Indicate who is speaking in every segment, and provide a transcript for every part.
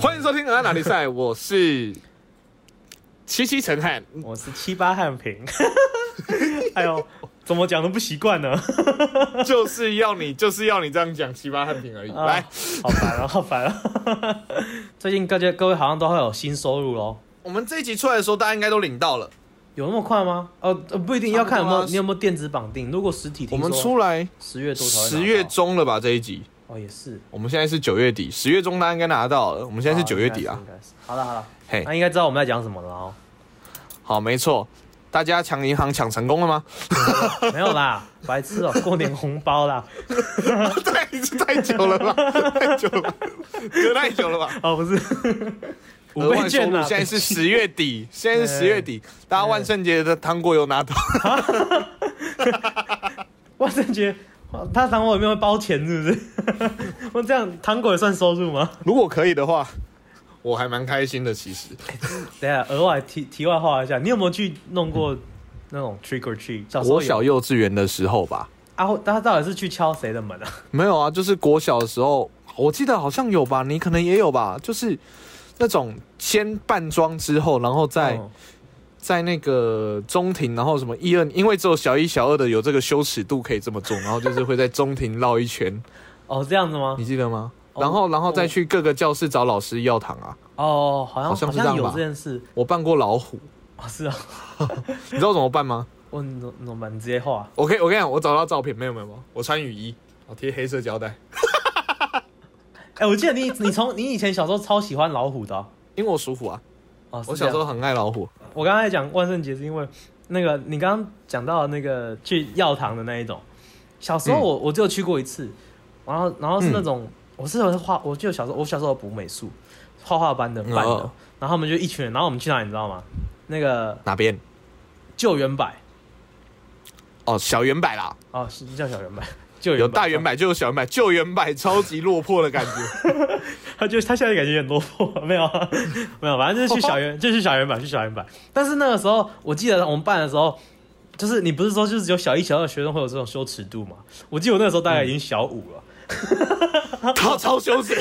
Speaker 1: 台湾拉力赛，我是七七陈汉，
Speaker 2: 我是七八汉平。 哎呦，怎么讲都不习惯呢？
Speaker 1: 就是要你就是要你这样讲七八汉平而已。
Speaker 2: 啊
Speaker 1: 来，
Speaker 2: 好烦啊，好烦啊！ 最近各界各位好像都会有新收入喽，
Speaker 1: 我们这一集出来的时候，大家应该都领到了。
Speaker 2: 有那么快吗？哦，呃不一定，要看有没
Speaker 1: 差不多
Speaker 2: 有
Speaker 1: 啊
Speaker 2: 你有没有电子绑定。如果实体
Speaker 1: 我
Speaker 2: 听说，
Speaker 1: 们出来
Speaker 2: 十月多才会拿到
Speaker 1: 十月中了吧？这一集，
Speaker 2: 哦，也是，
Speaker 1: 我们现在是九月底，十月中大家应该拿到了。我们现在是
Speaker 2: 啊
Speaker 1: 九月底啊
Speaker 2: 应。该是应该是好了好了，
Speaker 1: 嘿，
Speaker 2: 那应该知道我们在讲什么了哦。
Speaker 1: 好，没错，大家抢银行抢成功了 吗？
Speaker 2: 没有啦，白痴哦，过年红包啦。
Speaker 1: 太太久了吧， 太久了吧，隔太久了吧。
Speaker 2: 哦，不是，
Speaker 1: 额
Speaker 2: 五
Speaker 1: 外
Speaker 2: 倍
Speaker 1: 收
Speaker 2: 券啊
Speaker 1: 入
Speaker 2: 啦。
Speaker 1: 现在是十月底，现在是十月底，大家万圣节的糖果有拿到，
Speaker 2: 万圣节，哇他糖果里面会包钱是不是？ 我这样糖果也算收入吗？
Speaker 1: 如果可以的话，我还蛮开心的。其实
Speaker 2: 等一下，额外题题外话一下，你有没有去弄过那种 trick or treat？小时候
Speaker 1: 国
Speaker 2: 有
Speaker 1: 小幼稚园的时候吧，
Speaker 2: 啊，或他到底是去敲谁的门啊？
Speaker 1: 没有啊，就是国小的时候，我记得好像有吧，你可能也有吧，就是那种先扮装之后，然后再、
Speaker 2: 哦
Speaker 1: 在那个中庭，然后什么一二，因为只有小一、小二的有这个羞耻度可以这么做，然后就是会在中庭绕一圈，
Speaker 2: 哦这样子吗
Speaker 1: 你？记得吗？
Speaker 2: 哦
Speaker 1: 然后，然后再去各个教室找老师要糖啊。
Speaker 2: 哦，好像
Speaker 1: 好像是这样吧
Speaker 2: 有这件事
Speaker 1: 我扮过老虎，
Speaker 2: 哦，是啊，
Speaker 1: 你知道我怎么办吗？
Speaker 2: 我你怎么办？你直接画
Speaker 1: 我可以，我跟你讲，我找到照片，没有没有没有，我穿雨衣，我贴黑色胶带，
Speaker 2: 哎、我记得你，你从你以前小时候超喜欢老虎的哦。
Speaker 1: 因为我属虎啊，
Speaker 2: 哦
Speaker 1: 我小时，
Speaker 2: 是这
Speaker 1: 候
Speaker 2: 样
Speaker 1: 很爱老虎。
Speaker 2: 我刚才讲万圣节是因为那个你刚刚讲到那个去药堂的那一种，小时候
Speaker 1: 嗯
Speaker 2: 我、我只有去过一次，然后然后是那种、我是有画，我记得小时候我小时候有补美术画画班的班的，
Speaker 1: 哦
Speaker 2: 然后他们就一群人，然后我们去哪里你知道吗？那个
Speaker 1: 哪边？
Speaker 2: 救援摆
Speaker 1: 哦，小圆柏啦，
Speaker 2: 哦，是叫小圆摆，救援
Speaker 1: 有
Speaker 2: 摆
Speaker 1: 大圆，柏就有小圆柏，旧圆柏超级落魄的感觉。
Speaker 2: 他就他现在感觉很落魄，没有啊没有，反正就是去 小圆，就是去小圆板，去小圆板。但是那个时候，我记得我们办的时候，就是你不是说就是只有小一、小二学生会有这种羞耻度嘛？我记得我那个时候大概已经小五了，
Speaker 1: 嗯他超羞 耻。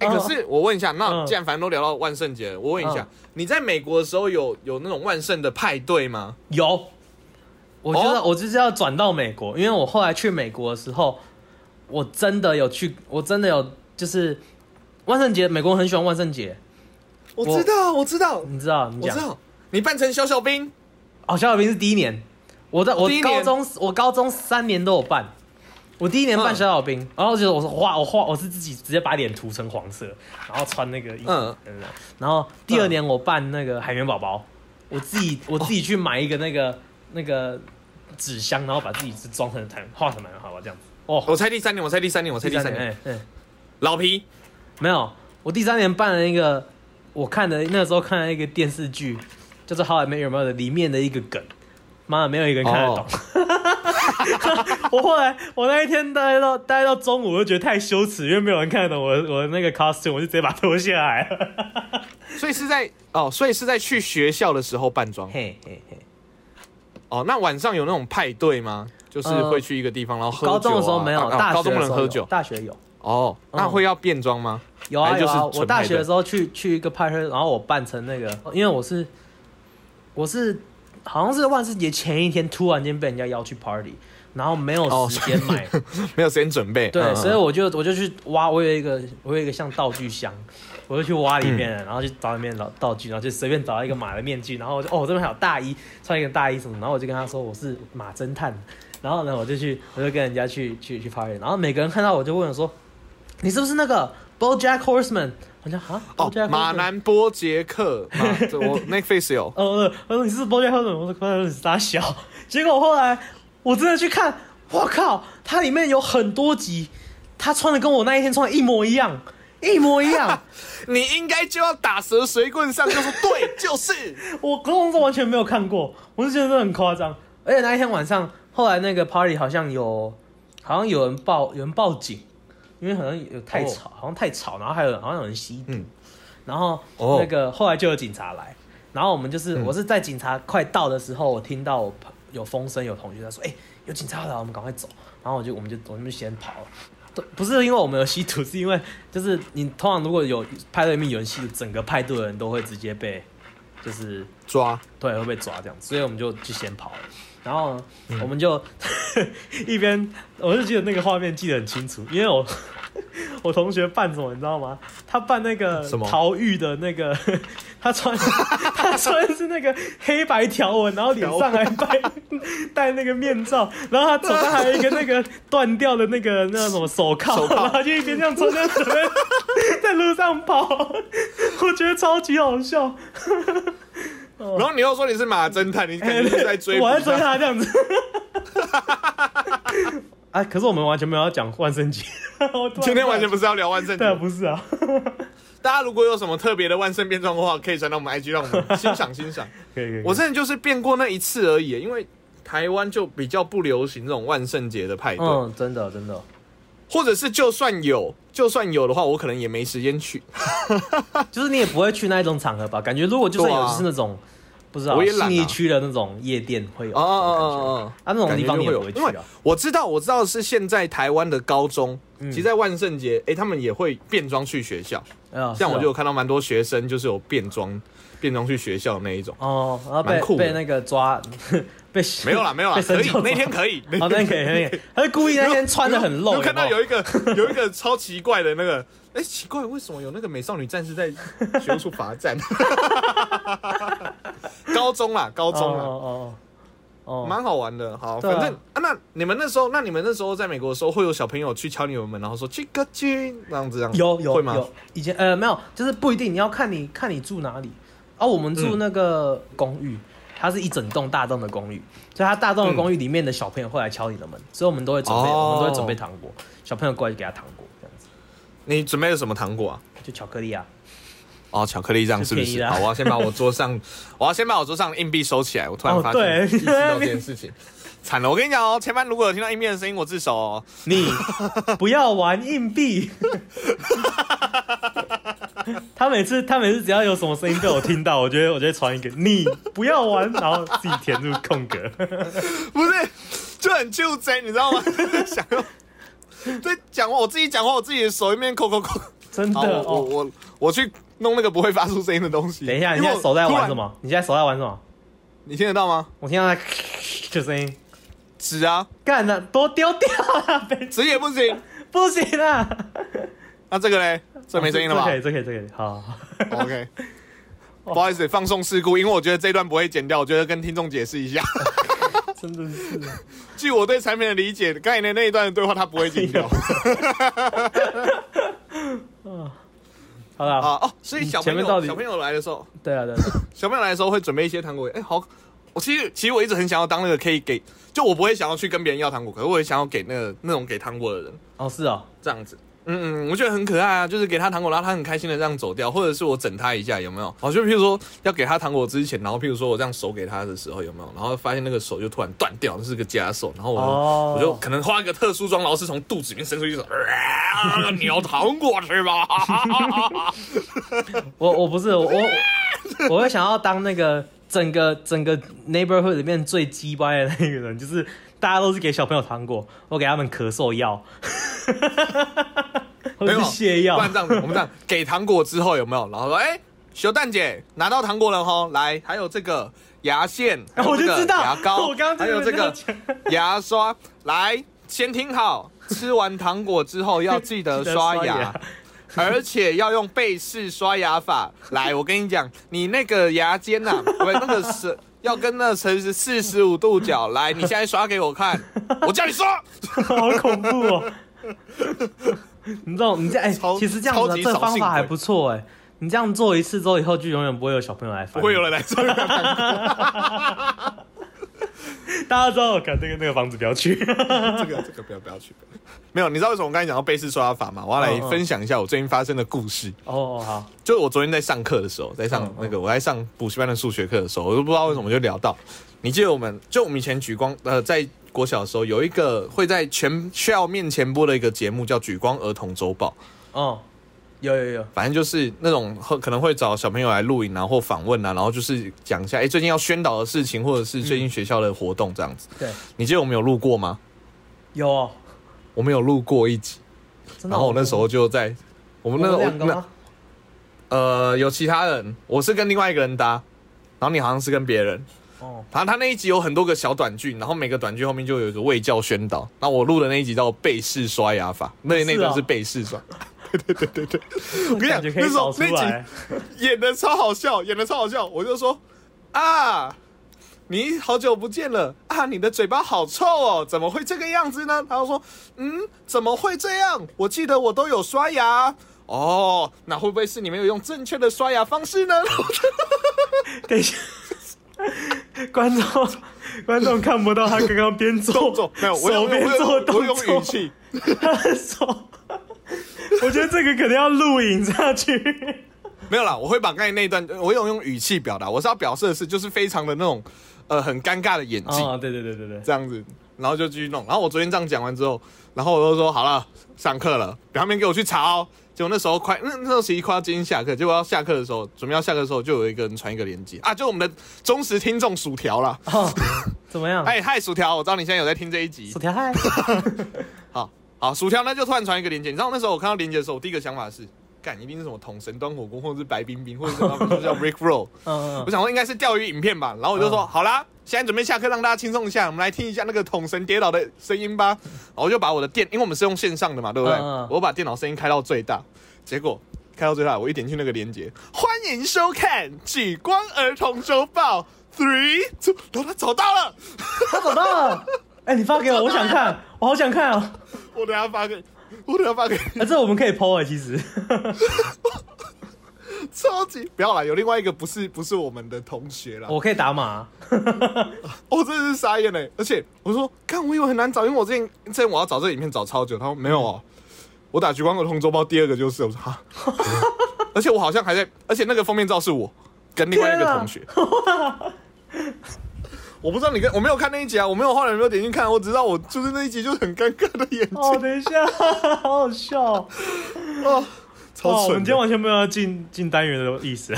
Speaker 1: 哎、可是我问一下，那
Speaker 2: 嗯
Speaker 1: 既然反正都聊到万圣节了，我问一下，
Speaker 2: 嗯
Speaker 1: 你在美国的时候有有那种万圣的派对吗？
Speaker 2: 有。我觉得
Speaker 1: 哦
Speaker 2: 我就是要转到美国，因为我后来去美国的时候，我真的有去，我真的有就是万圣节，美国人很喜欢万圣节，
Speaker 1: 我
Speaker 2: 知
Speaker 1: 道，我知道，嗯
Speaker 2: 你知道？你
Speaker 1: 我
Speaker 2: 讲
Speaker 1: 知，道，你扮成小小兵，
Speaker 2: 哦，小小兵是第一年，我在我
Speaker 1: 第一年
Speaker 2: 高中我高中三年都有办，我第一年办
Speaker 1: 嗯
Speaker 2: 小小兵，然后就是我是画我画我是自己直接把脸涂成黄色，然后穿那个衣服，
Speaker 1: 嗯
Speaker 2: 然后第二年我办那个海绵宝宝，我自己我自己去买一个那个、那个纸箱，然后把自己是装成海画成海绵宝宝这样子。哦，
Speaker 1: 我猜第三年，我猜第三年，我猜第三年，
Speaker 2: 哎哎，
Speaker 1: 老皮，
Speaker 2: 没有，我第三年办了一个，我看的那时候看了一个电视剧，叫做《How I Met Your Mother》里面的一个梗，妈的，没有一个人看
Speaker 1: 哦
Speaker 2: 得懂。 我后来我那一天待到待到中午，我就觉得太羞耻，因为没有人看得懂我的我的那个 costume，我就直接把它脱下来了。
Speaker 1: 所以是在哦，所以是在去学校的时候扮装
Speaker 2: 嘿嘿嘿，
Speaker 1: 哦。那晚上有那种派对吗？就是
Speaker 2: 呃
Speaker 1: 会去一个地方，然后喝酒、啊。
Speaker 2: 高中的时候没有，
Speaker 1: 啊啊
Speaker 2: 大
Speaker 1: 高
Speaker 2: 学
Speaker 1: 中
Speaker 2: 的
Speaker 1: 不
Speaker 2: 时
Speaker 1: 能
Speaker 2: 候
Speaker 1: 喝
Speaker 2: 有，
Speaker 1: 酒
Speaker 2: 大嗯学有。
Speaker 1: 哦。那会要变装吗？
Speaker 2: 有啊
Speaker 1: 还是
Speaker 2: 有
Speaker 1: 就是
Speaker 2: 啊，
Speaker 1: 纯
Speaker 2: 我大
Speaker 1: 派
Speaker 2: 学
Speaker 1: 对
Speaker 2: 的时候去去一个派对，然后我扮成那个，因为我是我是好像是万圣节前一天突然间被人家邀去 party，然后没
Speaker 1: 哦
Speaker 2: 有时间买，
Speaker 1: 没有时间准备。
Speaker 2: 对，
Speaker 1: 嗯嗯
Speaker 2: 所以我就我就去挖，我有一个我有一个像道具箱，我就去挖
Speaker 1: 嗯
Speaker 2: 里面，然后去找里面老道具，然后就随便找到一个马的面具，然后我就哦我这边还有大衣，穿一个大衣什么，然后我就跟他说我是马侦探，然后呢我就去我就跟人家去去去 party，然后每个人看到我就问我说你是不是那个 BoJack Horseman？我讲啊
Speaker 1: 哦
Speaker 2: BoJack，
Speaker 1: 马
Speaker 2: Horseman。
Speaker 1: 南波杰克， 马这我 Netflix 有。
Speaker 2: 呃，我说你是 BoJack Horseman，我说快乐你是大小。结果后来我真的去看，我靠，它里面有很多集，他穿的跟我那一天穿的一模一样，一模一样。
Speaker 1: 你应该就要打蛇随棍上，就说对， 就是。
Speaker 2: 我高中是完全没有看过，我就觉得这很夸张。而且那一天晚上，后来那个 party 好像有，好像有人报有人报警，因为好像有太吵，好像太吵，然后还有人好像有人吸毒，
Speaker 1: 嗯
Speaker 2: 然后
Speaker 1: 哦
Speaker 2: 那个后来就有警察来，然后我们就是、我是在警察快到的时候，我听到我朋有风声，有同学在说，哎、有警察来，我们赶快走，然后我就我们就我们就先跑了。对不是因为我们有吸毒，是因为就是你通常如果有派对里面有人吸毒，整个派对的人都会直接被就是
Speaker 1: 抓，
Speaker 2: 对会被抓这样，所以我们就就先跑了。然后
Speaker 1: 嗯
Speaker 2: 我们就、 一边，我就记得那个画面记得很清楚，因为我 我同学扮什么你知道吗？他扮那个
Speaker 1: 什么
Speaker 2: 逃狱的那个， 他穿他穿的是那个黑白条纹，然后脸上还戴 戴那个面罩，然后他手上还有一个那个断掉的那个那什么手铐，
Speaker 1: 手铐
Speaker 2: 然后他就一边这样穿 这样子在路上跑，我觉得超级好笑。
Speaker 1: 然后你又说你是马侦探，你肯定是在追捕
Speaker 2: 嗯 我在追
Speaker 1: 他。
Speaker 2: 他这样子。啊！可是我们完全没有要讲万圣节， 我突然
Speaker 1: 今天完全不是要聊万圣
Speaker 2: 对啊，
Speaker 1: 节，
Speaker 2: 不是啊，
Speaker 1: 大家如果有什么特别的万圣变装的话，可以传到我们 IG，让我们欣赏欣赏。
Speaker 2: 可以可以可以，
Speaker 1: 我真的就是变过那一次而已，因为台湾就比较不流行这种万圣节的派对，
Speaker 2: 嗯，真的真的，
Speaker 1: 或者是就算有，就算有的话，我可能也没时间去。
Speaker 2: 就是你也不会去那一种场合吧？感觉如果就算
Speaker 1: 对
Speaker 2: 有
Speaker 1: 啊
Speaker 2: 是那种，不知道
Speaker 1: 我也懒啊
Speaker 2: 信义区的那种夜店会有
Speaker 1: 哦哦哦
Speaker 2: 哦
Speaker 1: 哦
Speaker 2: 啊，那种地方你也不
Speaker 1: 感觉
Speaker 2: 去
Speaker 1: 就会有因为
Speaker 2: 啊？
Speaker 1: 我知道，我知道是现在台湾的高中，
Speaker 2: 嗯
Speaker 1: 其实在万圣节，哎、他们也会变装去学校。
Speaker 2: 哎呀，
Speaker 1: 像我
Speaker 2: 是
Speaker 1: 就
Speaker 2: 哦
Speaker 1: 有看到蛮多学生就是有变装，变装去学校的那一种。
Speaker 2: 哦，然后
Speaker 1: 蛮酷
Speaker 2: 被
Speaker 1: 的
Speaker 2: 被那个抓， 被
Speaker 1: 没有啦，没有啦
Speaker 2: 被，
Speaker 1: 可
Speaker 2: 神
Speaker 1: 以
Speaker 2: 教
Speaker 1: 那天
Speaker 2: 抓
Speaker 1: 可以。
Speaker 2: 哦，那天可以，那天可以，他是故意那天穿的很露，
Speaker 1: 我看到
Speaker 2: 没
Speaker 1: 有一个 有一个超奇怪的那个，哎、奇怪，为什么有那个美少女战士在学务处罚站？ 高中啦，高中啦，
Speaker 2: 哦哦哦哦，
Speaker 1: 蛮好玩的。好，
Speaker 2: 对啊
Speaker 1: 反正啊，那你们那时候，那你们那时候在美国的时候，会有小朋友去敲你们门，然后说“去个去”这样子，这样子
Speaker 2: 有有
Speaker 1: 会吗？
Speaker 2: 有，以前呃没有，就是不一定，你要看你看你住哪里。哦，我们住
Speaker 1: 嗯
Speaker 2: 那个公寓，它是一整栋大栋的公寓，所以它大栋
Speaker 1: 嗯
Speaker 2: 的公寓里面的小朋友会来敲你的门，所以我们都会准备，
Speaker 1: 哦
Speaker 2: 我们都会准备糖果，小朋友过来就给他糖果，这样子
Speaker 1: 你准备了什么糖果啊？
Speaker 2: 就巧克 力啊。
Speaker 1: 哦，巧克力这样是不
Speaker 2: 就便宜
Speaker 1: 是？
Speaker 2: 啦
Speaker 1: 好，我要先把我桌上，我要先把我桌上的硬币收起来。我突然
Speaker 2: 哦
Speaker 1: 发
Speaker 2: 对
Speaker 1: 现，意识到这件事情，惨了！我跟你讲哦，前班如果有听到硬币的声音，我自首哦。
Speaker 2: 你不要玩硬币。他每次他每次只要有什么声音被我听到，我觉得我就会传一个你不要玩，然后自己填入空格。
Speaker 1: 不是，就很就贼，你知道吗？ 想要在讲话，我自己讲话，我自己的手一边扣扣扣。
Speaker 2: 真的
Speaker 1: 好，我我
Speaker 2: 哦。
Speaker 1: 我我去弄那个不会发出声音的东西。
Speaker 2: 等一下，你
Speaker 1: 因为
Speaker 2: 现
Speaker 1: 我
Speaker 2: 在手在
Speaker 1: 突
Speaker 2: 玩
Speaker 1: 然
Speaker 2: 什？么？你现在手在玩什么？
Speaker 1: 你听得到吗？
Speaker 2: 我 听到那的声音，
Speaker 1: 纸啊，
Speaker 2: 干了多丢掉啊！被
Speaker 1: 纸也不行。
Speaker 2: 不行啊！
Speaker 1: 那这个嘞，这没声音了吧
Speaker 2: 这可以，这可以，哦这可以。哦好，好
Speaker 1: ？OK。不好意思，放送事故，因为我觉得这段不会剪掉，我觉得跟听众解释一下。
Speaker 2: 真的是
Speaker 1: 据我对产品的理解，刚才的那一段的对话他不会剪
Speaker 2: 哎
Speaker 1: 掉
Speaker 2: 好了。
Speaker 1: 啊。哦，所以小朋
Speaker 2: 前面到
Speaker 1: 友
Speaker 2: 底
Speaker 1: 小朋友来的时候，
Speaker 2: 对啊，对啊，
Speaker 1: 小朋友来的时候会准备一些糖果。哎、好，我其实其实我一直很想要当那个可以给，就我不会想要去跟别人要糖果，可是我也想要给那个那种给糖果的人
Speaker 2: 哦是哦，
Speaker 1: 这样子。嗯嗯，我觉得很可爱啊，就是给他糖果，然后他很开心的这样走掉，或者是我整他一下，有没有？好，就譬如说要给他糖果之前，然后譬如说我这样手给他的时候，有没有？然后发现那个手就突然断掉，那是个假手，然后我就、
Speaker 2: 哦
Speaker 1: 我就可能画一个特殊妆，然后是从肚子里面伸出一手，啊你要糖果吃 吗？
Speaker 2: 我我不是我我我会想要当那个整个整个 neighborhood 里面最鸡掰的那个人，就是大家都是给小朋友糖果，我给他们咳嗽药，或
Speaker 1: 没
Speaker 2: 者
Speaker 1: 有
Speaker 2: 是泻药
Speaker 1: 不。然这样子，我们这 样给糖果之后有没有？然后说，哎、熊蛋姐拿到糖果了吼，来，还有这个牙线，还有
Speaker 2: 哎我
Speaker 1: 这
Speaker 2: 就
Speaker 1: 个
Speaker 2: 知道，
Speaker 1: 牙膏，
Speaker 2: 我刚刚
Speaker 1: 还有
Speaker 2: 真的
Speaker 1: 这个
Speaker 2: 这样讲
Speaker 1: 牙刷，来，先听 好，吃完糖果之后要记得
Speaker 2: 记得
Speaker 1: 呃刷
Speaker 2: 刷
Speaker 1: 牙
Speaker 2: 牙。
Speaker 1: 而且要用背式刷牙法。来，我跟你讲，你那个牙尖 呐、不是那个是要跟那成是四十五度角。来，你现在刷给我看，我叫你刷。
Speaker 2: 好恐怖哦！你这种，你这 哎、
Speaker 1: 超
Speaker 2: 其实这样
Speaker 1: 超
Speaker 2: 子
Speaker 1: 级
Speaker 2: 这
Speaker 1: 扫
Speaker 2: 个方
Speaker 1: 兴鬼
Speaker 2: 法还不错哎、你这样做一次之后，以后就永远不会有小朋友来烦，
Speaker 1: 不会有人，来刷牙。
Speaker 2: 大家知道，赶那个那个房子不 要去。
Speaker 1: 这 个这个不要不要去。没有，你知道为什么我刚才讲到背式刷牙法吗？我要来
Speaker 2: 嗯嗯
Speaker 1: 分享一下我最近发生的故事。
Speaker 2: 哦，好，
Speaker 1: 就是我昨天在上课的时候，在上
Speaker 2: 嗯嗯
Speaker 1: 那个我在上补习班的数学课的时候，我都不知道为什么就聊到，你记得我们就我们以前举光呃在国小的时候有一个会在全校面前播的一个节目叫《举光儿童周报》，
Speaker 2: 哦，有有有，
Speaker 1: 反正就是那种会可能会找小朋友来录影啊或访问啊，然后就是讲一下哎、诶最近要宣导的事情或者是最
Speaker 2: 嗯
Speaker 1: 近学校的活动这样子。
Speaker 2: 对，
Speaker 1: 你记得我们有录过吗？
Speaker 2: 有、哦，
Speaker 1: 我们有录过一集，
Speaker 2: 真的
Speaker 1: 然后我那时候就在我们那
Speaker 2: 我们两
Speaker 1: 我
Speaker 2: 个
Speaker 1: 那
Speaker 2: 吗？
Speaker 1: 呃有其他人，我是跟另外一个人搭，然后你好像是跟别人。
Speaker 2: 哦，
Speaker 1: 然后他那一集有很多个小短剧，然后每个短剧后面就有一个卫教宣导。那我录的那一集叫背式刷牙法，那那
Speaker 2: 是啊
Speaker 1: 段是背式刷。
Speaker 2: 我
Speaker 1: 跟你讲
Speaker 2: 感觉可以
Speaker 1: 那时候
Speaker 2: 找出
Speaker 1: 那集
Speaker 2: 来，
Speaker 1: 演的超好笑，演的超好笑。我就说啊，你好久不见了啊，你的嘴巴好臭哦，怎么会这个样子呢？他就说，嗯，怎么会这样？我记得我都有刷牙。哦，那会不会是你没有用正确的刷牙方式呢？
Speaker 2: 等一下，观众观众看不到他刚刚边做
Speaker 1: 动作没有，我有
Speaker 2: 手
Speaker 1: 我有
Speaker 2: 边做
Speaker 1: 我
Speaker 2: 动
Speaker 1: 有
Speaker 2: 作，
Speaker 1: 我有语气，
Speaker 2: 他的手，我觉得这个肯定要录影下去。
Speaker 1: 没有啦，我会把刚才那一段，我有用语气表达，我是要表示的是，就是非常的那种，呃，很尴尬的演技。
Speaker 2: 哦，对对对对对，
Speaker 1: 这样子，然后就继续弄。然后我昨天这样讲完之后，然后我就说好了，上课了，表妹给我去查哦。结果那时候快，那那时候十一快要接近下课，结果要下课的时候，准备要下课的时候，就有一个人传一个链接啊，就我们的忠实听众薯条啦。
Speaker 2: 哦，怎么样？
Speaker 1: 哎嗨，薯条，我知道你现在有在听这一集
Speaker 2: 薯，条 嗨，
Speaker 1: 好好，薯条呢就突然传一个链接，你知道那时候我看到链接的时候，我第一个想法是，干一定是什么桶神端火锅，或者是白冰冰，或者是他们就叫 Rick Roll。
Speaker 2: 嗯
Speaker 1: 我
Speaker 2: 嗯，
Speaker 1: 想说应该是钓鱼影片吧，然后我就说、
Speaker 2: 嗯
Speaker 1: 好啦，现在准备下课，让大家轻松一下，我们来听一下那个桶神跌倒的声音吧。然后我就把我的电，因为我们是用线上的嘛，对不对？
Speaker 2: 嗯嗯嗯
Speaker 1: 我把电脑声音开到最大，结果开到最大，我一点进那个连接，欢迎收看《举光儿童周报》Three Two，然后他找到了，
Speaker 2: 他找到了。哎，你发给我，我想看，我好想看 哦。
Speaker 1: 我等下发给，我等下发给你，
Speaker 2: 哎，这我们可以 PO 哎，其实。
Speaker 1: 超级不要啦，有另外一个不是不是我们的同学啦，
Speaker 2: 我可以打码，
Speaker 1: 我哦真的是傻眼欸嘞！而且我说，看我以为很难找，因为我之前之前我要找这个影片找超久，他说没有哦，我打《橘光儿童周报》第二个就是，我说 哈，而且我好像还在，而且那个封面照是我跟另外一个同学，
Speaker 2: 啊
Speaker 1: 我不知道你跟我没有看那一集啊，我没有后来没有点进去看，我只知道我就是那一集就是很尴尬的眼睛，
Speaker 2: 哦，等一下，好好笑哦！
Speaker 1: 哦，
Speaker 2: 哦
Speaker 1: 超
Speaker 2: 我
Speaker 1: 蠢的
Speaker 2: 们今天，完全没有要进进单元的意 思。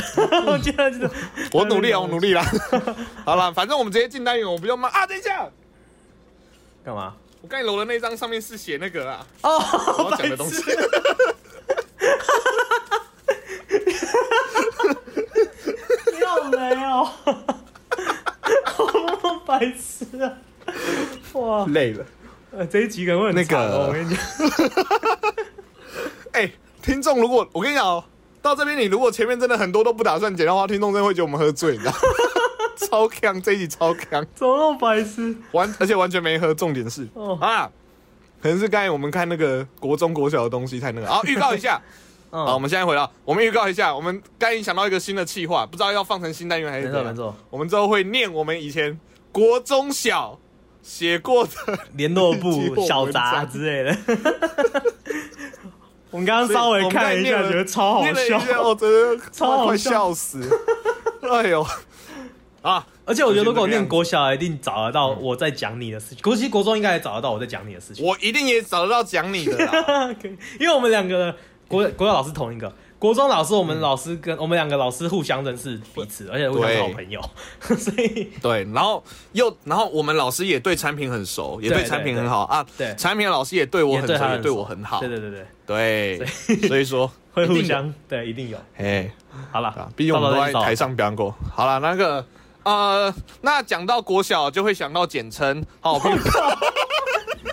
Speaker 2: 我今天就是
Speaker 1: 我努力啊，我努力啦， 好啦，反正我们直接进单元，我不要骂啊，等一下，
Speaker 2: 干嘛？
Speaker 1: 我刚才揉的那张上面是写那个啦，
Speaker 2: 哦，
Speaker 1: 我要讲的东西。
Speaker 2: 你好雷 哦！好白痴啊！哇，
Speaker 1: 累了。
Speaker 2: 呃，这一集可能会很长
Speaker 1: 那个
Speaker 2: 哦，我跟你讲，
Speaker 1: 哎、听众，如果我跟你讲哦，到这边你如果前面真的很多都不打算剪的话，听众真的会觉得我们喝醉，你知道吗？ 超强，这一集超强，
Speaker 2: 怎么那么白痴？
Speaker 1: 完而且完全没喝，重点是、
Speaker 2: 哦
Speaker 1: 啊，可能是刚才我们看那个国中国小的东西太那个。好，预告一 下，
Speaker 2: 嗯
Speaker 1: 好，我，们现在回到，我们预告一下，我们刚才想到一个新的企划，不知道要放成新单元还是
Speaker 2: 没
Speaker 1: 怎
Speaker 2: 错
Speaker 1: 样
Speaker 2: 没错，
Speaker 1: 我们之后会念我们以前国中小写过的
Speaker 2: 联络
Speaker 1: 记
Speaker 2: 部
Speaker 1: 过、
Speaker 2: 小
Speaker 1: 文章
Speaker 2: 杂之类的。 我们刚刚稍微看了一下，
Speaker 1: 所以我们刚才念了
Speaker 2: 觉得超好
Speaker 1: 念了一
Speaker 2: 笑，
Speaker 1: 下我真的
Speaker 2: 超好
Speaker 1: 快
Speaker 2: 笑
Speaker 1: 笑死！ 哎呦，啊，
Speaker 2: 而且我觉得如
Speaker 1: 就是这个
Speaker 2: 果
Speaker 1: 样
Speaker 2: 念
Speaker 1: 子
Speaker 2: 国小，一定找得到我在讲你的事情。国其实国中应该也找得到我在讲你的事情。
Speaker 1: 我一定也找得到讲你的啦。
Speaker 2: 可以，因为我们两个国国小老师同一个，国中老师我们老师跟、我们两个老师互相认识彼此，而且互相是好朋友， 所以
Speaker 1: 对，然后又然后我们老师也对产品很熟，也对
Speaker 2: 对
Speaker 1: 产品很好啊。
Speaker 2: 对
Speaker 1: 产品的老师也对我
Speaker 2: 也
Speaker 1: 很
Speaker 2: 对
Speaker 1: 熟，
Speaker 2: 他
Speaker 1: 也
Speaker 2: 很
Speaker 1: 对
Speaker 2: 熟
Speaker 1: 我很好
Speaker 2: 对。对对对，
Speaker 1: 对， 所以说
Speaker 2: 会互。
Speaker 1: 一定有
Speaker 2: 相对一定有。
Speaker 1: 哎，
Speaker 2: 好
Speaker 1: 对啊
Speaker 2: 了，
Speaker 1: 毕竟我们都
Speaker 2: 到
Speaker 1: 在
Speaker 2: 时候再
Speaker 1: 台
Speaker 2: 介绍
Speaker 1: 上表演过。好了，那个呃，那讲到国小就会想到简称， 好，譬如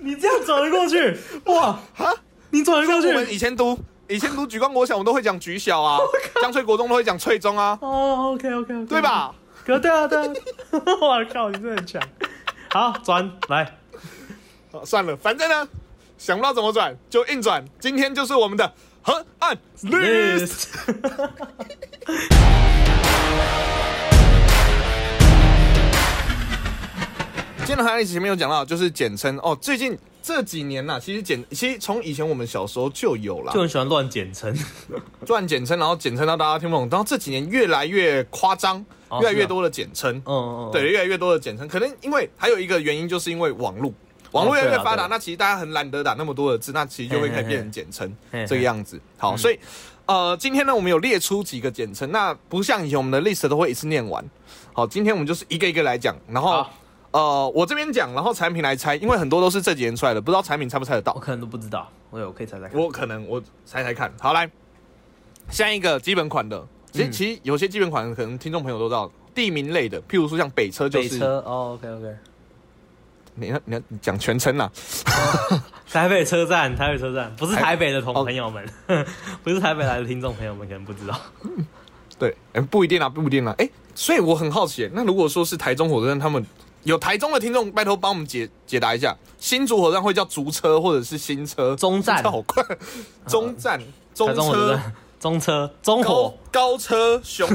Speaker 2: 你这样转得过去，哇哈，你转得过
Speaker 1: 我们
Speaker 2: 去，
Speaker 1: 以前读以前读举光国小，我们都会讲举小 啊，江翠国中都会讲翠中啊，
Speaker 2: 哦，OK OK OK，
Speaker 1: 对？吧？
Speaker 2: 可对啊对 啊，我靠，你真的很强。好，转来，
Speaker 1: 啊算了，反正呢，想不到怎么转就硬转。今天就是我们的河岸 list。今天的 h i g 前面有讲到，就是简称哦。最近这几年呐、其实简其实从以前我们小时候就有啦
Speaker 2: 就，很喜欢乱简称，
Speaker 1: 乱简称，然后简称到大家听不懂。然后这几年越来越夸张，
Speaker 2: 哦
Speaker 1: 越来越
Speaker 2: 是啊
Speaker 1: 多的简称，
Speaker 2: 嗯嗯，嗯
Speaker 1: 对，，越来越多的简称。可能因为还有一个原因，就是因为网络。网络越来越发达，
Speaker 2: 对啊对啊
Speaker 1: 那其实大家很懒得打那么多的字，那其实就会开始变成简称
Speaker 2: 嘿嘿嗯嘿
Speaker 1: 这个样子。好，所以呃，今天呢，我们有列出几个简称，那不像以前我们的 list 都会一次念完。好，今天我们就是一个一个来讲，然后
Speaker 2: 好，
Speaker 1: 呃，我这边讲，然后产品来猜，因为很多都是这几年出来的，不知道产品猜不猜得
Speaker 2: 我
Speaker 1: 到。
Speaker 2: 可能都不知道，我有我可以猜猜看。
Speaker 1: 我可能我猜猜看。好，来，下一个基本款的，其实、
Speaker 2: 嗯
Speaker 1: 其实有些基本款可能听众朋友都知道，地名类的，譬如说像北车就
Speaker 2: 北
Speaker 1: 是，
Speaker 2: 车哦，OK OK，
Speaker 1: 你要你要讲全称啊啦，
Speaker 2: 台北车站，台北车站，不是
Speaker 1: 台
Speaker 2: 台北的同
Speaker 1: 哦
Speaker 2: 朋友们， 不是台北来的听众朋友们可能不知道。
Speaker 1: 对，哎不一定啦，不一定啦，哎、所以我很好奇，那如果说是台中火车站，他们有台中的听众，拜托帮我们解解答一下，新竹火车站会叫竹车或者是新车？
Speaker 2: 中站哦
Speaker 1: 这好 快，中站、中
Speaker 2: 台中火车
Speaker 1: 车、
Speaker 2: 站，哦中车，中
Speaker 1: 高
Speaker 2: 火
Speaker 1: 高车 熊，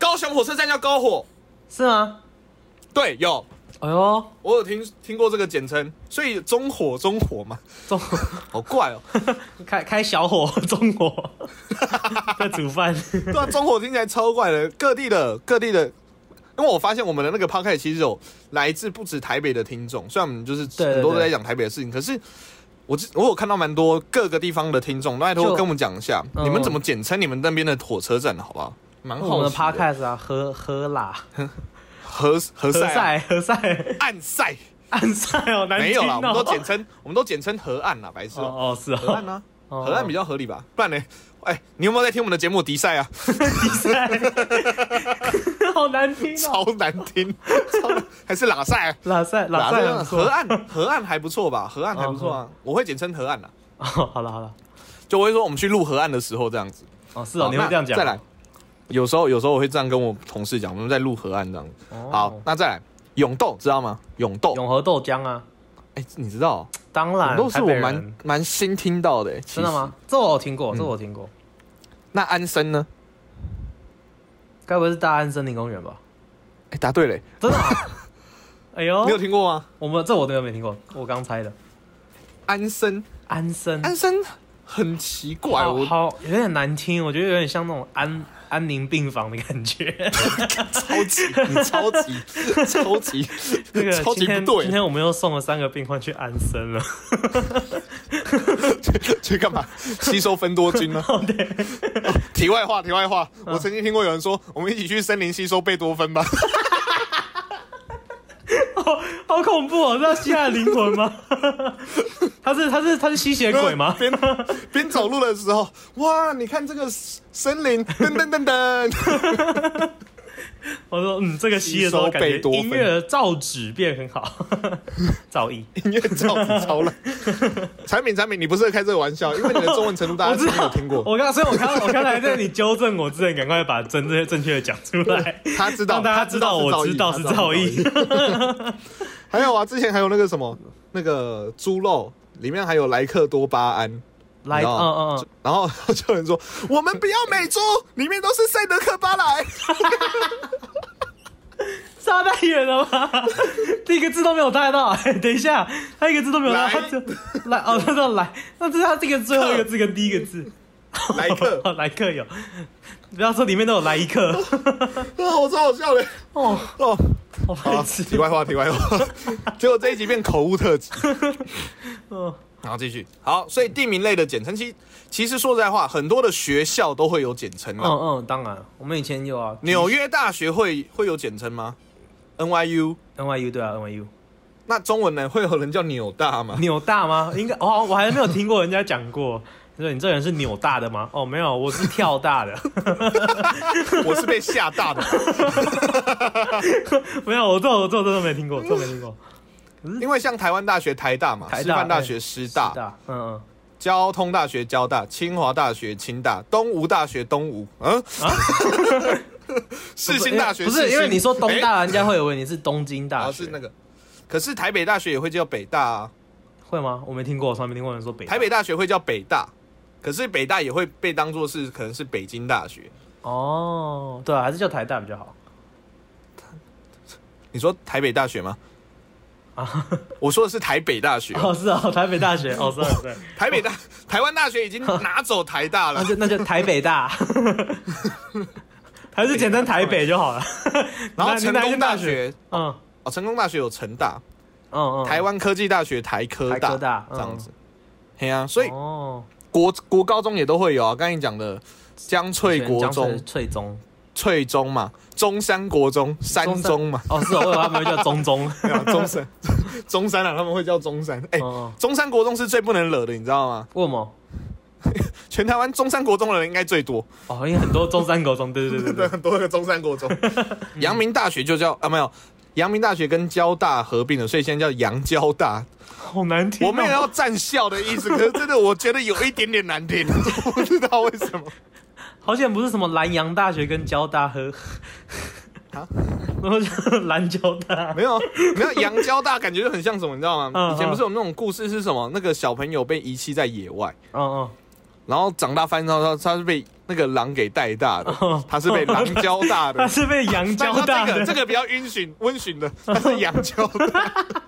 Speaker 1: 高雄火车站叫高火，
Speaker 2: 是吗？
Speaker 1: 对，有。
Speaker 2: 哎呦，
Speaker 1: 我有听听过这个简称，所以中火中火嘛，
Speaker 2: 中
Speaker 1: 好怪哦、
Speaker 2: 开开小火， 中 火在煮饭，
Speaker 1: 对啊，中火听起来超怪的。各地的各地的，因为我发现我们的那个 p o d c a s t 其实有来自不止台北的听众，虽然我们就是
Speaker 2: 对
Speaker 1: 很多都在讲台北的事情，可是我知我有看到蛮多各个地方的听众，拜托
Speaker 2: 就
Speaker 1: 跟我们讲一下，
Speaker 2: 嗯
Speaker 1: 你们怎么简称你们那边的火车站，好不好？蛮
Speaker 2: 我
Speaker 1: 好
Speaker 2: 们的
Speaker 1: 奇的。
Speaker 2: podcast 啊，喝喝啦，
Speaker 1: 河河
Speaker 2: 河
Speaker 1: 塞啊、
Speaker 2: 塞河塞
Speaker 1: 岸塞
Speaker 2: 暗塞哦，难
Speaker 1: 没
Speaker 2: 听
Speaker 1: 有
Speaker 2: 哦
Speaker 1: 啦，我们都简称我们都简称河岸啦，白痴、
Speaker 2: 哦
Speaker 1: 哦，
Speaker 2: 哦 是
Speaker 1: 河岸
Speaker 2: 哦，
Speaker 1: 呢、
Speaker 2: 哦
Speaker 1: 河岸比较合理吧？不然呢？哎、你有没有在听我们的节目迪赛啊？
Speaker 2: 比赛， 好难听哦。
Speaker 1: 超难听，超难还是拉塞啊？
Speaker 2: 拉塞拉塞
Speaker 1: 啊
Speaker 2: 很
Speaker 1: 河
Speaker 2: 说，
Speaker 1: 岸，河岸还不错吧？河岸还不错啊，我会简称河岸啦。
Speaker 2: 哦好了好了，
Speaker 1: 就我会说我们去录河岸的时候这样子。
Speaker 2: 哦是哦，
Speaker 1: 好
Speaker 2: 你会
Speaker 1: 那
Speaker 2: 这样讲，
Speaker 1: 再来，有时候有时候我会这样跟我同事讲，我们在录河岸这样子。
Speaker 2: 哦
Speaker 1: 好，那再来永豆，知道吗？永豆，
Speaker 2: 永和豆浆啊，
Speaker 1: 哎，你知道哦？
Speaker 2: 当
Speaker 1: 永
Speaker 2: 然，
Speaker 1: 豆是
Speaker 2: 台
Speaker 1: 我
Speaker 2: 北
Speaker 1: 蛮
Speaker 2: 人
Speaker 1: 蛮新听到的，哎
Speaker 2: 真的？吗？这我有听
Speaker 1: 嗯
Speaker 2: 过，这我有听过，
Speaker 1: 其实那安生呢？
Speaker 2: 该不会是大安森林公园吧？
Speaker 1: 哎，答对了，
Speaker 2: 真的啊？ 哎
Speaker 1: 你有
Speaker 2: 呦，
Speaker 1: 听过吗？
Speaker 2: 我们这我真的没听过，我刚猜的。
Speaker 1: 安生，
Speaker 2: 安森，
Speaker 1: 安生很奇怪，
Speaker 2: 好
Speaker 1: 我
Speaker 2: 好有点难听，我觉得有点像那种安安宁病房的 感觉。
Speaker 1: 超级，你超级， 超级
Speaker 2: 那个，
Speaker 1: 超
Speaker 2: 今
Speaker 1: 级
Speaker 2: 天
Speaker 1: 不对
Speaker 2: 今。天我们又送了三个病患去安森了。
Speaker 1: 去干嘛？吸收芬多 精吗？
Speaker 2: 哦
Speaker 1: 题外话，题外话，
Speaker 2: 嗯
Speaker 1: 我曾经听过有人说，我们一起去森林吸收贝多芬吧。？
Speaker 2: 好好恐怖哦！这是吸他的灵魂吗？ 他是他是他是吸血鬼 吗
Speaker 1: 边边走路的时候，哇，你看这个森林，噔噔噔噔，
Speaker 2: 我说嗯，这个吸的时候
Speaker 1: 吸收
Speaker 2: 感觉
Speaker 1: 贝多芬
Speaker 2: 音乐的噪纸变很好， 噪音。
Speaker 1: 音乐照子 超了。产品产品，你不是开这个玩笑，因为你的中文程度大 家
Speaker 2: 我知
Speaker 1: 是没有
Speaker 2: 道
Speaker 1: 听，过。
Speaker 2: 我刚所以我刚我刚才在你纠正我之前，赶快把真正正确的讲出来，
Speaker 1: 他知道，
Speaker 2: 让大家
Speaker 1: 他
Speaker 2: 知道我知道是
Speaker 1: 造
Speaker 2: 噪
Speaker 1: 诣。
Speaker 2: 音。
Speaker 1: 还有啊，之前还有那个什么，那个猪肉里面还有莱克多巴胺。
Speaker 2: 来，
Speaker 1: 你知
Speaker 2: 嗯
Speaker 1: 道
Speaker 2: 嗯嗯，
Speaker 1: 然后就 有人说：“我们不要美猪，里面都是赛德克巴 莱。
Speaker 2: 差太远了吧？ 第一个字都没有带到， 哎，等一下，他一个字都没有带
Speaker 1: 来
Speaker 2: 到，他就来哦，他说来，那这是他这个最后一个字跟第一个字，”
Speaker 1: 莱克，
Speaker 2: 哦 来客有，不要说里面都有来一客
Speaker 1: 啊，我超好笑嘞！
Speaker 2: 哦，
Speaker 1: 哦，
Speaker 2: 好
Speaker 1: 好，
Speaker 2: 白痴，
Speaker 1: 题外话，题外 话，结果这一集变口误特辑。
Speaker 2: 嗯，
Speaker 1: 然后继续，好，所以地名类的简称，其其实说实在话，很多的学校都会有简称啊。
Speaker 2: 嗯嗯，当然，我们以前有啊
Speaker 1: 纽约大学会会有简称吗？NYU，
Speaker 2: ，NYU 对啊，NYU
Speaker 1: 那中文呢？会有人叫纽大吗？
Speaker 2: 纽大吗？应该哦，我还没有听过人家讲过。你说你这人是纽大的吗？哦，没有，我是跳 大的，
Speaker 1: 我是被吓大的，
Speaker 2: 没有，我这我这我真的没听过，这我没听过。
Speaker 1: 因为像台湾大学台大嘛，
Speaker 2: 台大
Speaker 1: 师范大
Speaker 2: 哎
Speaker 1: 学师大，
Speaker 2: 大，嗯嗯。
Speaker 1: 交通大学交大、清华大学清大、东吴大学东吴，嗯， 世新大学
Speaker 2: 啊不是
Speaker 1: 世新
Speaker 2: 因为你说东
Speaker 1: 哎
Speaker 2: 大，人家会以为你是东京
Speaker 1: 啊
Speaker 2: 大学，
Speaker 1: 是那个，可是台北大学也会叫北大啊，
Speaker 2: 会吗？我没听过，我从来没听过有人说北大
Speaker 1: 台北大学会叫北大，可是北大也会被当做是可能是北京大学。
Speaker 2: 哦，对啊，还是叫台大比较好。
Speaker 1: 你说台北大学吗？
Speaker 2: 啊，
Speaker 1: 我说的是台北大学，
Speaker 2: 哦是哦，台北大学，哦是哦，对，
Speaker 1: 台北大台湾大学已经拿走台大
Speaker 2: 那
Speaker 1: 了。
Speaker 2: 啊就那就台 北大，还是简称台北就好了。
Speaker 1: 然后
Speaker 2: 你
Speaker 1: 成
Speaker 2: 哪一
Speaker 1: 功
Speaker 2: 间
Speaker 1: 大
Speaker 2: 大
Speaker 1: 学
Speaker 2: 嗯
Speaker 1: 哦，成功大学有成大，
Speaker 2: 嗯嗯，
Speaker 1: 台湾科技大学台科
Speaker 2: 台
Speaker 1: 大
Speaker 2: 科大嗯
Speaker 1: 这样子。嘿啊，所以
Speaker 2: 哦，
Speaker 1: 国国高中也都会有啊，刚才你讲的江翠国
Speaker 2: 江
Speaker 1: 中
Speaker 2: 翠、翠中，
Speaker 1: 翠中嘛，中山国中，山中嘛，
Speaker 2: 哦，是哦，我以为他们会叫中中。
Speaker 1: 没有啊中山，中山啊，他们会叫中山。 哎、
Speaker 2: 哦，
Speaker 1: 中山国中是最不能惹的，你知道吗？
Speaker 2: 为什么？
Speaker 1: 全台湾中山国中的人应该最多，
Speaker 2: 哦，因为很多中山国中，对对对对
Speaker 1: 对，
Speaker 2: 对。
Speaker 1: 很多个中山国中。阳明大学就叫啊，没有，阳明大学跟交大合并了，所以现在叫阳交大。
Speaker 2: 好难听哦。
Speaker 1: 我没有要站校的意思，可是真的我觉得有一点点难听， 我不知道为什么。
Speaker 2: 好险不是什么南洋大学跟交大和
Speaker 1: 啊，
Speaker 2: 然后就 蓝交大，
Speaker 1: 没有，啊没有，阳交大感觉就很像什么，你知道吗？
Speaker 2: 嗯
Speaker 1: 以前不是有那种故事是什么？那个小朋友被遗弃在野外，
Speaker 2: 嗯嗯，
Speaker 1: 然后长大翻到他他是被那个狼给带大的，他是被狼交大的
Speaker 2: 他。是被洋
Speaker 1: 但
Speaker 2: 哦交
Speaker 1: 是
Speaker 2: 大
Speaker 1: 啊这个
Speaker 2: 的
Speaker 1: 这，个比较温驯温驯的，他是阳交大的。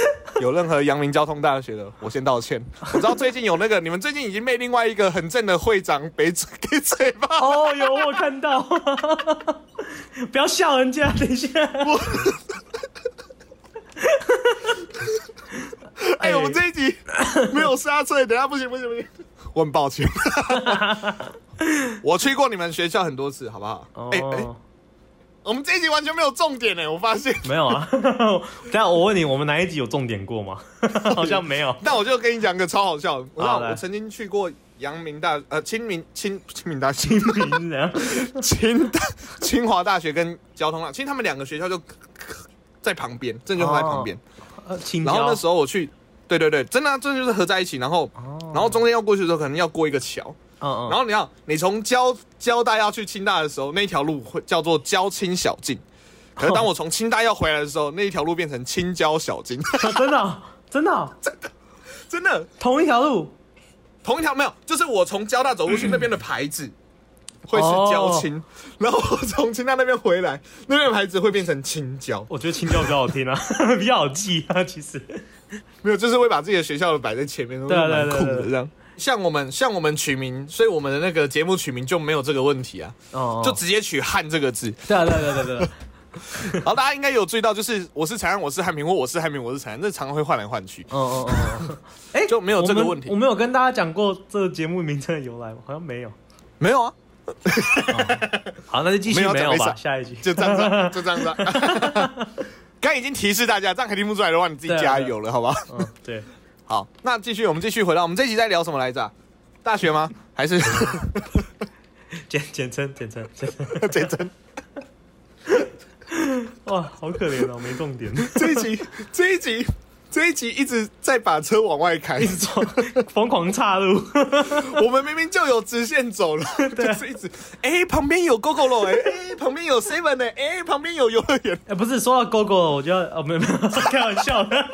Speaker 1: 有任何阳明交通大学的，我先道歉。我知道最近有那个，你们最近已经被另外一个很正的会长给嘴 给嘴巴
Speaker 2: 哦，有我有看到，不要笑人家，等一下，
Speaker 1: 哎、我们这一 集没有刹车，等一下不行不行不行，我很抱 歉。我去过你们学校很多次，好不好？哎、
Speaker 2: 哦，
Speaker 1: 哎、我们这一集完全没有重点哎、我发 现。
Speaker 2: 没有啊，等一下我问你，我们哪一集有重点过吗？ 好像没有，
Speaker 1: 那我就跟你讲个超好笑的，我知道
Speaker 2: 好来
Speaker 1: 我曾经去过阳明大呃清明清清明大学
Speaker 2: 是怎样？
Speaker 1: 清大清华大学跟交通大，其实他们两个学校就在旁边，正就在旁边。
Speaker 2: 呃青
Speaker 1: 然后
Speaker 2: 椒
Speaker 1: 那时候我去，对对对，真的啊、真的就是合在一起，然后
Speaker 2: 哦
Speaker 1: 然后中间要过去的时候，可能要过一个桥。
Speaker 2: 嗯嗯，
Speaker 1: 然后你要，你从交交大要去清大的时候，那一条路会叫做交清小径。可是当我从清大要回来的时候，那一条路变成青交小径，
Speaker 2: 啊 真的哦真的哦
Speaker 1: 真的
Speaker 2: 同一条路，
Speaker 1: 同一条没有，就是我从交大走过去那边的牌
Speaker 2: 哦
Speaker 1: 子会是交清，然后我从清大那边回来，那边的牌子会变成青交，
Speaker 2: 我觉得青椒比较好听啊， 比较好记啊，其实，
Speaker 1: 没有，就是会把自己的学校摆在前面，都
Speaker 2: 对啊
Speaker 1: 蛮
Speaker 2: 对啊
Speaker 1: 酷
Speaker 2: 对啊
Speaker 1: 的
Speaker 2: 对啊
Speaker 1: 这样。像我们像我们取名，所以我们的那个节目取名就没有这个问题啊，
Speaker 2: 哦，
Speaker 1: 就直接取“汉”这个字。
Speaker 2: 对啊对啊对啊对 啊对啊。
Speaker 1: 然后大家应该有注意到，就是我是长安，我是汉民，或我是汉民，我是长安，这常常会换来换去，
Speaker 2: 哦哦哦，哎、
Speaker 1: 就没有这个问题
Speaker 2: 我们我没有跟大家讲过这个节目名称的由来吗？好像没有。
Speaker 1: 没 有啊，
Speaker 2: 好，那就继续
Speaker 1: 没有
Speaker 2: 没有
Speaker 1: 没
Speaker 2: 吧，
Speaker 1: 事
Speaker 2: 下一集。
Speaker 1: 就这样子啊，就这样子啊。刚才已经提示大家，这样还听不出来的话，你自己
Speaker 2: 对啊
Speaker 1: 加油了，好吧？
Speaker 2: 嗯，对，
Speaker 1: 好，那继续，我们继续回到我们这一集在聊什么来着啊、大学吗？还 是
Speaker 2: 简简称简称 简称。
Speaker 1: 简称？
Speaker 2: 哇，好可怜哦，没重点，
Speaker 1: 这一集，这一集，这一集一直在把车往外开
Speaker 2: 一，直走，疯狂岔路。
Speaker 1: 我们明明就有直线走了，
Speaker 2: 啊
Speaker 1: 就是一直，哎、旁边有 GoGo 了，哎、哎旁边有 Seven 呢、哎、旁边有游乐园，
Speaker 2: 哎、不是说到 GoGo，了我就要哦，没有没有， 开玩笑的。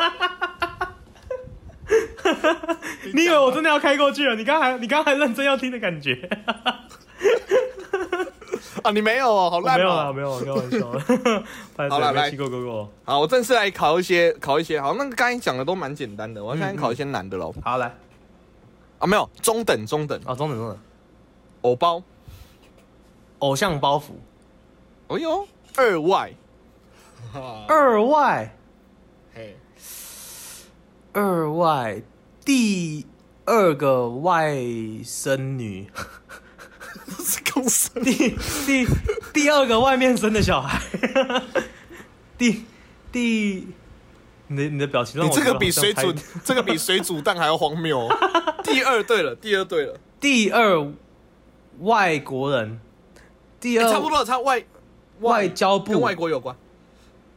Speaker 2: 你以为我真的要开过去了？你刚还你刚还认真要听的感觉？
Speaker 1: 啊，你没有哦，好烂
Speaker 2: 没有啊
Speaker 1: 哦
Speaker 2: 啦，。没有，开玩笑 的。拍
Speaker 1: 好啦
Speaker 2: 了，
Speaker 1: 来
Speaker 2: 没去过 GoGo。
Speaker 1: 好，我正式来考一些，考一些。好，那个刚才讲的都蛮简单的，我要现在考一些难的喽。
Speaker 2: 好来，
Speaker 1: 啊，没有，中等，中等。
Speaker 2: 哦，中等中等，
Speaker 1: 偶包，
Speaker 2: 偶像包袱。
Speaker 1: 哎呦，二外，
Speaker 2: 二外，哎
Speaker 1: 嘿，
Speaker 2: 二外，第二个外甥女，
Speaker 1: 是公司。
Speaker 2: 第第第二个外面生的小孩， 第第，你的你的表情让
Speaker 1: 你
Speaker 2: 我
Speaker 1: 这
Speaker 2: 觉
Speaker 1: 个
Speaker 2: 得
Speaker 1: 比
Speaker 2: 好像
Speaker 1: 水
Speaker 2: 猜
Speaker 1: 煮，这个比水煮蛋还要荒谬、哦。 第二对了，第二对了，
Speaker 2: 第二外国人，第
Speaker 1: 哎
Speaker 2: 二、
Speaker 1: 差不多了，差外
Speaker 2: 外交部
Speaker 1: 跟外国有关。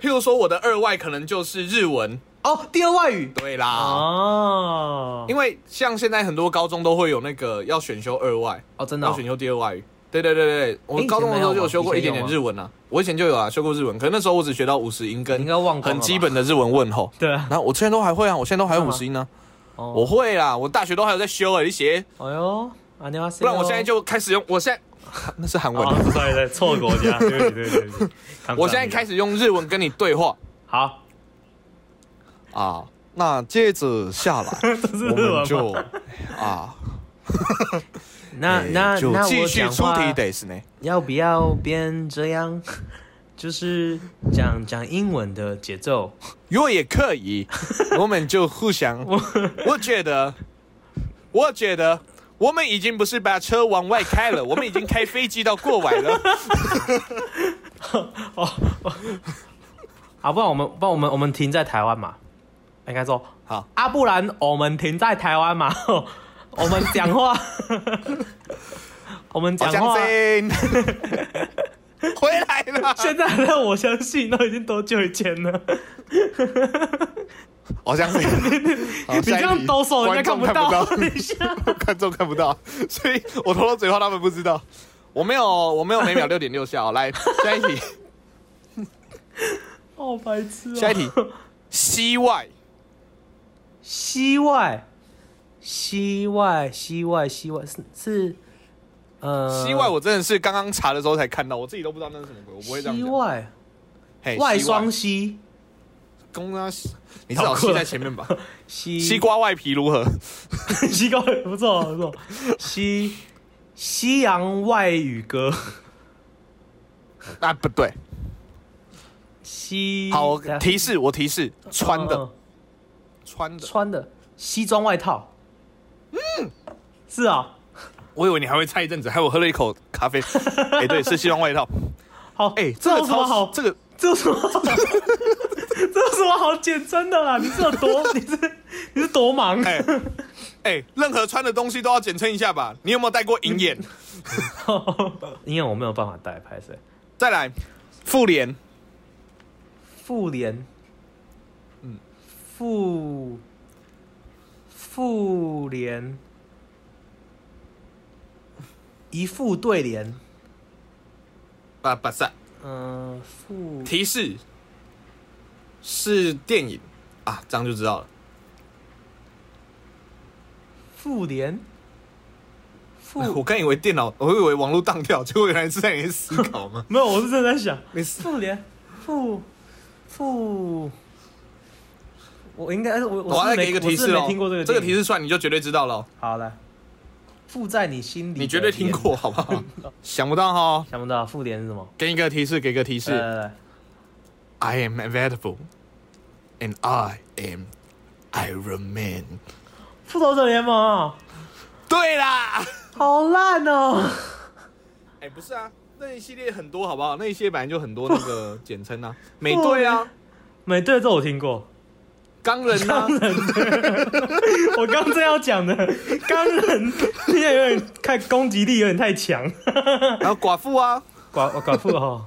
Speaker 1: 譬如说，我的二外可能就是日文，
Speaker 2: 哦，第二外语
Speaker 1: 对啦，
Speaker 2: 哦，
Speaker 1: 因
Speaker 2: 为
Speaker 1: 为像现在很多高中都会有那个要选修二外，
Speaker 2: 哦真的
Speaker 1: 要
Speaker 2: 哦
Speaker 1: 选修第二外语。对对对对，我
Speaker 2: 哎以前
Speaker 1: 高中的时候
Speaker 2: 没有吗
Speaker 1: 就有修过一点点
Speaker 2: 以前
Speaker 1: 日
Speaker 2: 有
Speaker 1: 文啊，我以前就有啊，修过日文，可是那时候我只学到五十音
Speaker 2: 你
Speaker 1: 跟
Speaker 2: 应该忘光了吧
Speaker 1: 很基本的日文问候。
Speaker 2: 对啊，
Speaker 1: 然后我现在都还会啊，我现在都还会
Speaker 2: 是
Speaker 1: 五
Speaker 2: 吗
Speaker 1: 十音呢，
Speaker 2: 哦
Speaker 1: 我会啦，我大学都还有在修哎，你写。
Speaker 2: 哎呦，阿尼瓦塞
Speaker 1: 不
Speaker 2: 哟，
Speaker 1: 然我现在就开始用，我现 在那是韩文，
Speaker 2: 哦，sorry，对错国 家，对不起对不起对不起，
Speaker 1: 我现在开
Speaker 2: 始
Speaker 1: 始用日文跟你对 话
Speaker 2: 好。
Speaker 1: 啊。那接着下来，
Speaker 2: 是
Speaker 1: 我
Speaker 2: 哦 日文吗
Speaker 1: 们就啊，
Speaker 2: 那
Speaker 1: 哎
Speaker 2: 那
Speaker 1: 就
Speaker 2: 那
Speaker 1: 继
Speaker 2: 我
Speaker 1: 续
Speaker 2: 讲
Speaker 1: 出
Speaker 2: 话
Speaker 1: 题得是呢。
Speaker 2: 要不要变这样？ 就是讲讲英文的节奏。
Speaker 1: 如果也可 以，我们就互相。我觉得，我觉得我们已经不是把车往外开 了，我们已经开飞机到过外了。
Speaker 2: 啊，不然我们，不然我们，我们停在台湾嘛？应该说，
Speaker 1: 好，
Speaker 2: 啊，不然我们停在台湾嘛？ 我们讲话， 我们
Speaker 1: 好
Speaker 2: 讲
Speaker 1: 江
Speaker 2: 话。
Speaker 1: 森回来了，
Speaker 2: 现在让我相信，都已经多久以前了？
Speaker 1: 好 江森。好
Speaker 2: 你这
Speaker 1: 下一
Speaker 2: 样
Speaker 1: 题
Speaker 2: 抖手，
Speaker 1: 观
Speaker 2: 人家看
Speaker 1: 众
Speaker 2: 不
Speaker 1: 看
Speaker 2: 到。
Speaker 1: 不到。
Speaker 2: 等一下，
Speaker 1: 观众看不到，所以我偷偷嘴话，他们不知道。我没有，我没有每秒六点六下哦。来，下一 题，
Speaker 2: 好白痴哦。
Speaker 1: 下一题，西外
Speaker 2: 西外，西外，西外，西外是是，呃，
Speaker 1: 西外，我真的是刚刚查的时候才看到，我自己都不知道那是什么鬼，我不会这样
Speaker 2: 西
Speaker 1: 讲。
Speaker 2: 外
Speaker 1: 嘿
Speaker 2: 外
Speaker 1: 西
Speaker 2: 双膝，
Speaker 1: 公啊，你至少
Speaker 2: 好酷
Speaker 1: 吸
Speaker 2: 啊
Speaker 1: 在前面 吧。
Speaker 2: 西
Speaker 1: 西瓜外皮如何？
Speaker 2: 西瓜不错不错，西西洋外语歌，
Speaker 1: 啊，不对，
Speaker 2: 西
Speaker 1: 好，我
Speaker 2: 等下
Speaker 1: 提示我提示，穿的
Speaker 2: 嗯
Speaker 1: 穿的，
Speaker 2: 穿的西装外套，嗯，是啊，
Speaker 1: 我以为你还会猜一阵子，害我喝了一口咖 啡。哎，对，是西装外套。
Speaker 2: 好，
Speaker 1: 哎，
Speaker 2: 这
Speaker 1: 这
Speaker 2: 有
Speaker 1: 个
Speaker 2: 什么
Speaker 1: 超
Speaker 2: 好，
Speaker 1: 这个
Speaker 2: 这有什么好，这有什么好简称的啦？你是有多你是你是多忙？
Speaker 1: 哎哎，任何穿的东西都要简称一下吧。你有没有戴过银 眼？
Speaker 2: 因为我没有办法带拍摄
Speaker 1: 再来，复联
Speaker 2: 妇联，嗯，
Speaker 1: 嗯
Speaker 2: 妇妇联，一副对联，
Speaker 1: 巴巴萨
Speaker 2: 嗯、妇
Speaker 1: 啊提示是电影啊，这样就知道了。
Speaker 2: 妇联，妇？
Speaker 1: 我刚以为电脑，我以为网络当掉，结果原来是在你思考吗
Speaker 2: 没有，我是正在想
Speaker 1: 你是
Speaker 2: 妇联，妇妇，我应该 我
Speaker 1: 我
Speaker 2: 我
Speaker 1: 要再
Speaker 2: 是
Speaker 1: 给
Speaker 2: 没
Speaker 1: 一个
Speaker 2: 我
Speaker 1: 提
Speaker 2: 是
Speaker 1: 示
Speaker 2: 没
Speaker 1: 哦，
Speaker 2: 听过这个
Speaker 1: 这个
Speaker 2: 电
Speaker 1: 提
Speaker 2: 影
Speaker 1: 示算你就绝对知道了哦，
Speaker 2: 好来，附在你心里，
Speaker 1: 你绝对听，过好不好？想不到哈、哦，
Speaker 2: 想不到妇联是什么？
Speaker 1: 给你一个提示，给一个 提示、
Speaker 2: 来来来
Speaker 1: i am available and I am Iron Man。
Speaker 2: 复仇者联盟啊，
Speaker 1: 对啦，
Speaker 2: 好烂哦！
Speaker 1: 哎、不是啊，那一系列很多好不好？那一系列本来就很多那 个简称啊，美队啊，
Speaker 2: 美队这我听 过，
Speaker 1: 钢人啊，
Speaker 2: 我刚正要讲的，钢人现在有点太攻击力有点太强，
Speaker 1: 然后寡妇啊，
Speaker 2: 寡寡妇哦，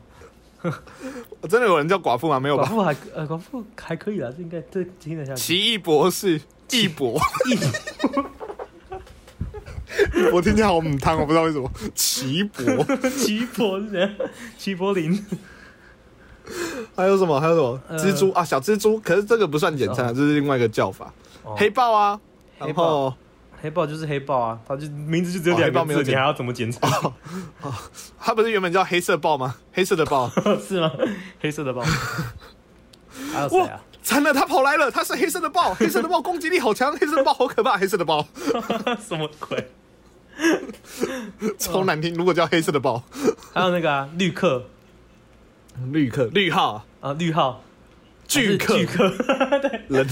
Speaker 1: 真的有人叫寡妇吗？没有
Speaker 2: 寡
Speaker 1: 吧？
Speaker 2: 妇还呃寡妇还可以啦，这应该这听得下去。
Speaker 1: 奇异博 士，异博，
Speaker 2: 异
Speaker 1: 我听起来好母汤，我不知道为什么。奇博，
Speaker 2: 齐柏是谁？齐柏林
Speaker 1: 还有什么？还有什么？
Speaker 2: 呃
Speaker 1: 蜘蛛啊，小蜘蛛，可是这个不算简称啊，这是另外一个叫法。
Speaker 2: 哦
Speaker 1: 黑豹啊，然
Speaker 2: 黑
Speaker 1: 后
Speaker 2: 豹 黑豹就是黑豹啊，他就名字就只有
Speaker 1: 哦
Speaker 2: 两
Speaker 1: 黑豹没
Speaker 2: 个
Speaker 1: 有
Speaker 2: 字，
Speaker 1: 剪
Speaker 2: 你还要怎么检查？
Speaker 1: 它不是原本叫黑色豹吗？黑色的 豹，
Speaker 2: 哦是吗？黑色的豹。 还有谁
Speaker 1: 哇
Speaker 2: 啊？，
Speaker 1: 惨了，它跑来了，它是黑色的豹，黑色的豹攻击力好强，黑色的豹好可怕，黑色的豹
Speaker 2: 什么鬼？
Speaker 1: 超难听。如果叫黑色的豹，
Speaker 2: 还有那个啊，绿客
Speaker 1: 绿客、绿号、
Speaker 2: 啊，绿号，
Speaker 1: 巨
Speaker 2: 还是
Speaker 1: 客
Speaker 2: 巨、客， 对，
Speaker 1: 人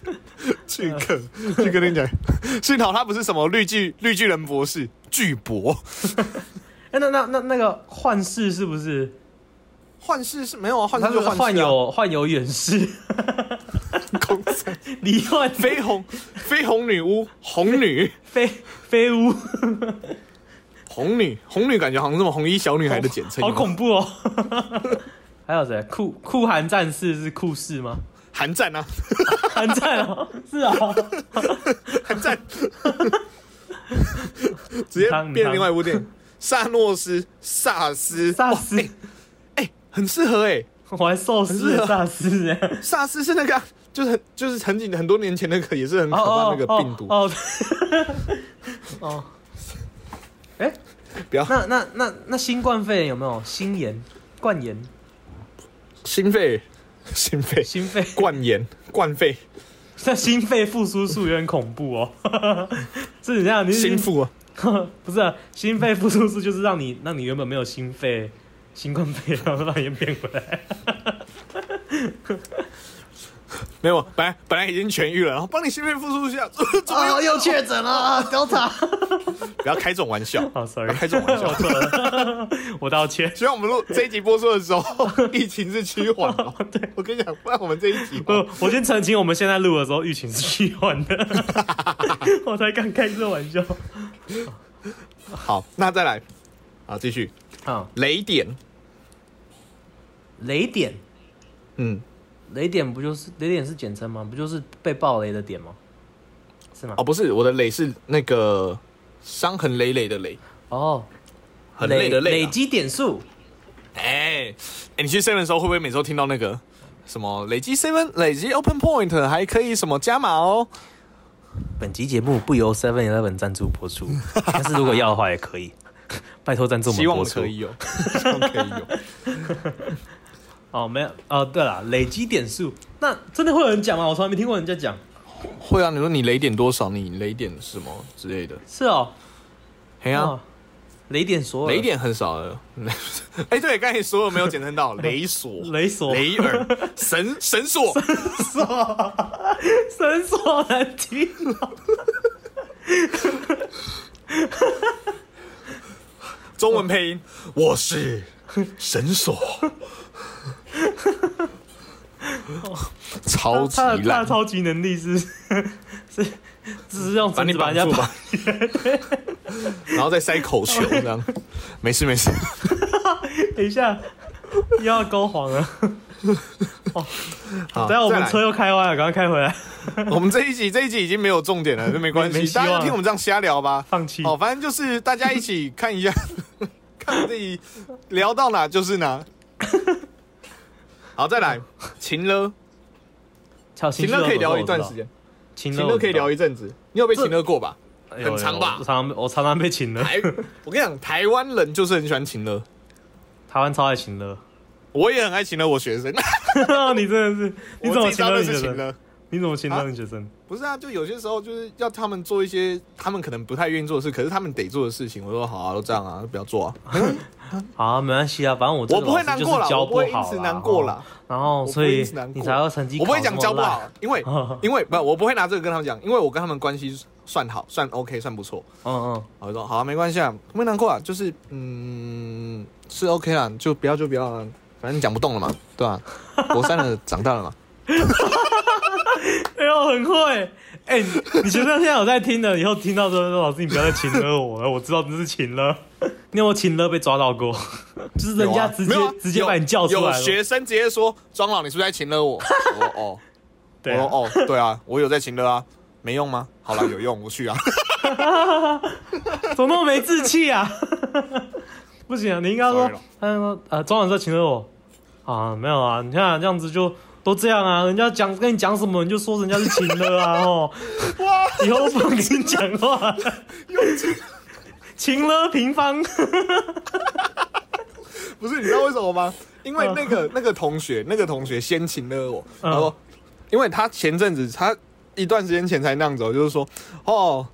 Speaker 1: 巨客，
Speaker 2: 呃
Speaker 1: 巨客跟你讲，幸好他不是什么绿巨绿巨人博士，巨博
Speaker 2: 哎，那那那那个幻视是不是？
Speaker 1: 幻视是没有啊，幻
Speaker 2: 他
Speaker 1: 视
Speaker 2: 是
Speaker 1: 就幻视啊
Speaker 2: 患 有患有远视，
Speaker 1: 公仔
Speaker 2: 罹患
Speaker 1: 绯红绯红女巫红女
Speaker 2: 飞飞屋，
Speaker 1: 红女红女感觉好像是什么红衣小女孩的简称，有
Speaker 2: 好
Speaker 1: 没有
Speaker 2: 恐怖哦！还有谁？酷酷寒战士是酷士吗？
Speaker 1: 寒战 啊，
Speaker 2: 寒战哦， 是啊，
Speaker 1: 寒战， 直接变成另外一部电影。萨诺斯、萨斯、
Speaker 2: 萨
Speaker 1: 哇
Speaker 2: 斯，
Speaker 1: 哎哎很适合哎、
Speaker 2: 我还寿司
Speaker 1: 啊
Speaker 2: 的萨斯哎，
Speaker 1: 萨斯是那个啊、就是很就是很几很多年前那个也是很可
Speaker 2: 哦
Speaker 1: 怕那
Speaker 2: 哦
Speaker 1: 个病毒，
Speaker 2: 哦哦哦， 哎，
Speaker 1: 不要
Speaker 2: 那那那那新冠肺炎有没有心炎、冠炎、
Speaker 1: 心肺心肺
Speaker 2: 心肺？
Speaker 1: 冠炎冠肺
Speaker 2: 那 心肺复苏术有点恐怖哦， 是你这样，你是
Speaker 1: 心腹啊，
Speaker 2: 不是、啊、心肺复苏术，就是让你让你原本没有心肺新冠肺炎，然后让你变回来。
Speaker 1: 没有，
Speaker 2: 啊
Speaker 1: 本来本来已经痊愈了，然后帮你心肺复苏一下，怎么又
Speaker 2: 又确诊了，调查。
Speaker 1: 不要开这种玩笑，
Speaker 2: 哦
Speaker 1: 不
Speaker 2: ，sorry、
Speaker 1: 要
Speaker 2: s
Speaker 1: 开
Speaker 2: o
Speaker 1: 这种玩
Speaker 2: r r y 我
Speaker 1: 笑。
Speaker 2: 错了，我道歉。
Speaker 1: 希望我们录这一集播出的时候，疫情是趋缓 哦。对，我跟你讲，不然我们这一集
Speaker 2: 不，我先澄清，我们现在录的时候疫情是虚幻的， 我才刚开这玩笑。
Speaker 1: 好，那再来，好，继续
Speaker 2: 啊，
Speaker 1: 雷点，
Speaker 2: 雷点，
Speaker 1: 嗯，
Speaker 2: 雷点不就是雷点是简称吗？不就是被爆雷的点吗？是吗
Speaker 1: 哦，？不是，我的雷是那个伤痕累累的累，
Speaker 2: 哦，
Speaker 1: 很累的累
Speaker 2: 累
Speaker 1: 啊。
Speaker 2: 积点数，
Speaker 1: 哎、哎你去 seven 的时候，会不会每周听到那个什么累积 seven 累积 open point 还可以什么加码哦？
Speaker 2: 本集节目不由 Seven Eleven 赞助 播出，但是如果要的话也可以， 拜托赞助我们
Speaker 1: 希望
Speaker 2: 播出
Speaker 1: 可。以有， 希望可以有。
Speaker 2: 哦，没有哦，对了，累积点数，那真的会有人讲吗？我从来没听过人家讲。
Speaker 1: 会啊，你说你雷点多少，你雷点什么之类的，
Speaker 2: 是哦，
Speaker 1: 嘿啊。
Speaker 2: 哦雷点索尔，
Speaker 1: 雷点很少了， 哎，对，刚才所有没有简称 到雷索、
Speaker 2: 雷索
Speaker 1: 雷尔、神神索，
Speaker 2: 索，神索难听哦。
Speaker 1: 中文配音，我是神索，超级
Speaker 2: 他的他的
Speaker 1: 烂，
Speaker 2: 超级能力是 是只是用
Speaker 1: 把
Speaker 2: 绳
Speaker 1: 你
Speaker 2: 子把
Speaker 1: 绑
Speaker 2: 人家
Speaker 1: 住
Speaker 2: 绑
Speaker 1: 吧，然后再塞口球这样，没事没事，
Speaker 2: 等一下，又要勾黄了。
Speaker 1: 好，
Speaker 2: 等一下我
Speaker 1: 再
Speaker 2: 们
Speaker 1: 来
Speaker 2: 车又开歪了，赶快开回来。
Speaker 1: 我们这一集这一集已经没有重点了，那没关
Speaker 2: 没没
Speaker 1: 系，
Speaker 2: 希望
Speaker 1: 大
Speaker 2: 了
Speaker 1: 家就听我们这样瞎聊吧，
Speaker 2: 放弃
Speaker 1: 哦，反正就是大家一起看一下，看自己聊到哪就是哪。好，再来，秦乐，
Speaker 2: 好情
Speaker 1: 秦
Speaker 2: 绪
Speaker 1: 乐可以
Speaker 2: 勒索
Speaker 1: 聊
Speaker 2: 我
Speaker 1: 一
Speaker 2: 知
Speaker 1: 段
Speaker 2: 道
Speaker 1: 时，间，
Speaker 2: 情
Speaker 1: 秦乐可以聊
Speaker 2: 一
Speaker 1: 一阵子。你有被秦乐过吧？很长
Speaker 2: 长
Speaker 1: 吧
Speaker 2: 我常我常常被请 了，
Speaker 1: 台，我跟你讲，台湾人就是很喜欢秦乐，
Speaker 2: 台湾超爱请了。
Speaker 1: 我也很爱秦乐，我 学生，
Speaker 2: 你真的是，你怎
Speaker 1: 我自己
Speaker 2: 么
Speaker 1: 知
Speaker 2: 请
Speaker 1: 道
Speaker 2: 了
Speaker 1: 那
Speaker 2: 你
Speaker 1: 是
Speaker 2: 学
Speaker 1: 秦
Speaker 2: 生？
Speaker 1: 乐。
Speaker 2: 你怎么请
Speaker 1: 啊
Speaker 2: 了你学生？
Speaker 1: 不是啊，就有些时候就是要他们做一些他们可能不太愿意做的事，可是他们得做的事情。我说好啊，都这样啊，不要做啊。
Speaker 2: 好，没关系啊，反正我这
Speaker 1: 我
Speaker 2: 个
Speaker 1: 不会
Speaker 2: 老
Speaker 1: 难
Speaker 2: 师就是
Speaker 1: 过啦
Speaker 2: 教
Speaker 1: 我不会因
Speaker 2: 好
Speaker 1: 此
Speaker 2: 啦
Speaker 1: 难过
Speaker 2: 哦
Speaker 1: 啦
Speaker 2: 然后
Speaker 1: 不
Speaker 2: 所
Speaker 1: 会因
Speaker 2: 以
Speaker 1: 此难
Speaker 2: 你
Speaker 1: 过
Speaker 2: 才要成绩
Speaker 1: 我不会
Speaker 2: 考
Speaker 1: 讲
Speaker 2: 这
Speaker 1: 教
Speaker 2: 么
Speaker 1: 不
Speaker 2: 烂
Speaker 1: 好，啊因为 因为不，我不会拿这个跟他们讲，因为我跟他们关系算好，算 OK，算不错。
Speaker 2: 嗯嗯，
Speaker 1: 我就说好、啊，没关系啊，不会难过啊，就是嗯是 OK 啦，就不要就不要啦，反正你讲不动了嘛，对吧、国三了，长大了嘛，
Speaker 2: 哎呦，很会！哎、 你你学生现在有在听的，以后听到之后，老师你不要再请了我了，我知道你是请了。 你有没有请了被抓到过？ 就是人
Speaker 1: 有
Speaker 2: 家
Speaker 1: 啊
Speaker 2: 直
Speaker 1: 没
Speaker 2: 接、
Speaker 1: 有啊
Speaker 2: 直接把你叫出
Speaker 1: 有。
Speaker 2: 来
Speaker 1: 有
Speaker 2: 了。
Speaker 1: 学生直接说：“庄老，你是不是在请了我？”我说：“哦。”
Speaker 2: 对
Speaker 1: 我
Speaker 2: 啊、
Speaker 1: 说：“哦，对啊，我有在请了啊，没用吗？好 了，有用，我去啊。
Speaker 2: 怎么那么没志气啊？ 不行啊，你应该说
Speaker 1: Sorry 咯，
Speaker 2: 他说呃，庄老师请了我啊，没有啊，你看这样子就都这样啊，人家讲跟你讲什么，你就说人家是请了啊， 哦，
Speaker 1: 哇，
Speaker 2: 以后不敢跟你讲 话了，请了平方，
Speaker 1: 不是，你知道为什么吗？因为那个那个同学，那个同学先请了我，
Speaker 2: 嗯
Speaker 1: 他说，因为他前阵子他一段时间前才那样子哦，就是说，哦，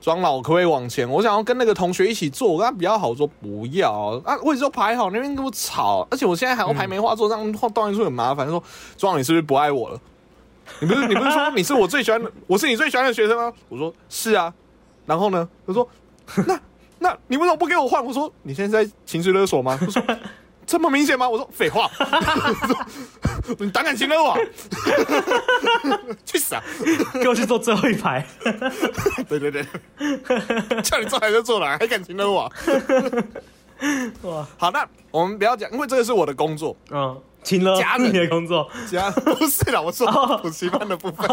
Speaker 1: 庄老可不可以往前？我想要跟那个同学一起坐，我跟他比较好，我说不要啊，位置都排好，那边跟我吵，而且我现在还要排梅花座，这样断一处很麻烦。说庄老，你是不是不爱我了？你不是你不是说你是我最喜欢的，我是你最喜欢的学生吗？我说是啊，然后呢，他说 那那你为什么不给我换？我说你现在在情绪勒索吗？他说这么明显吗？我说废话， 我说你胆敢情勒我啊，去死啊！
Speaker 2: 给我去坐最后一排。
Speaker 1: 对对对，叫你坐来就坐来，还敢情勒我啊、
Speaker 2: 哇，
Speaker 1: 好，那我们不要讲，因为这个是我的工作，
Speaker 2: 嗯，请了
Speaker 1: 家人
Speaker 2: 是你的工作，
Speaker 1: 其 他不是啦，我说补习班的部分，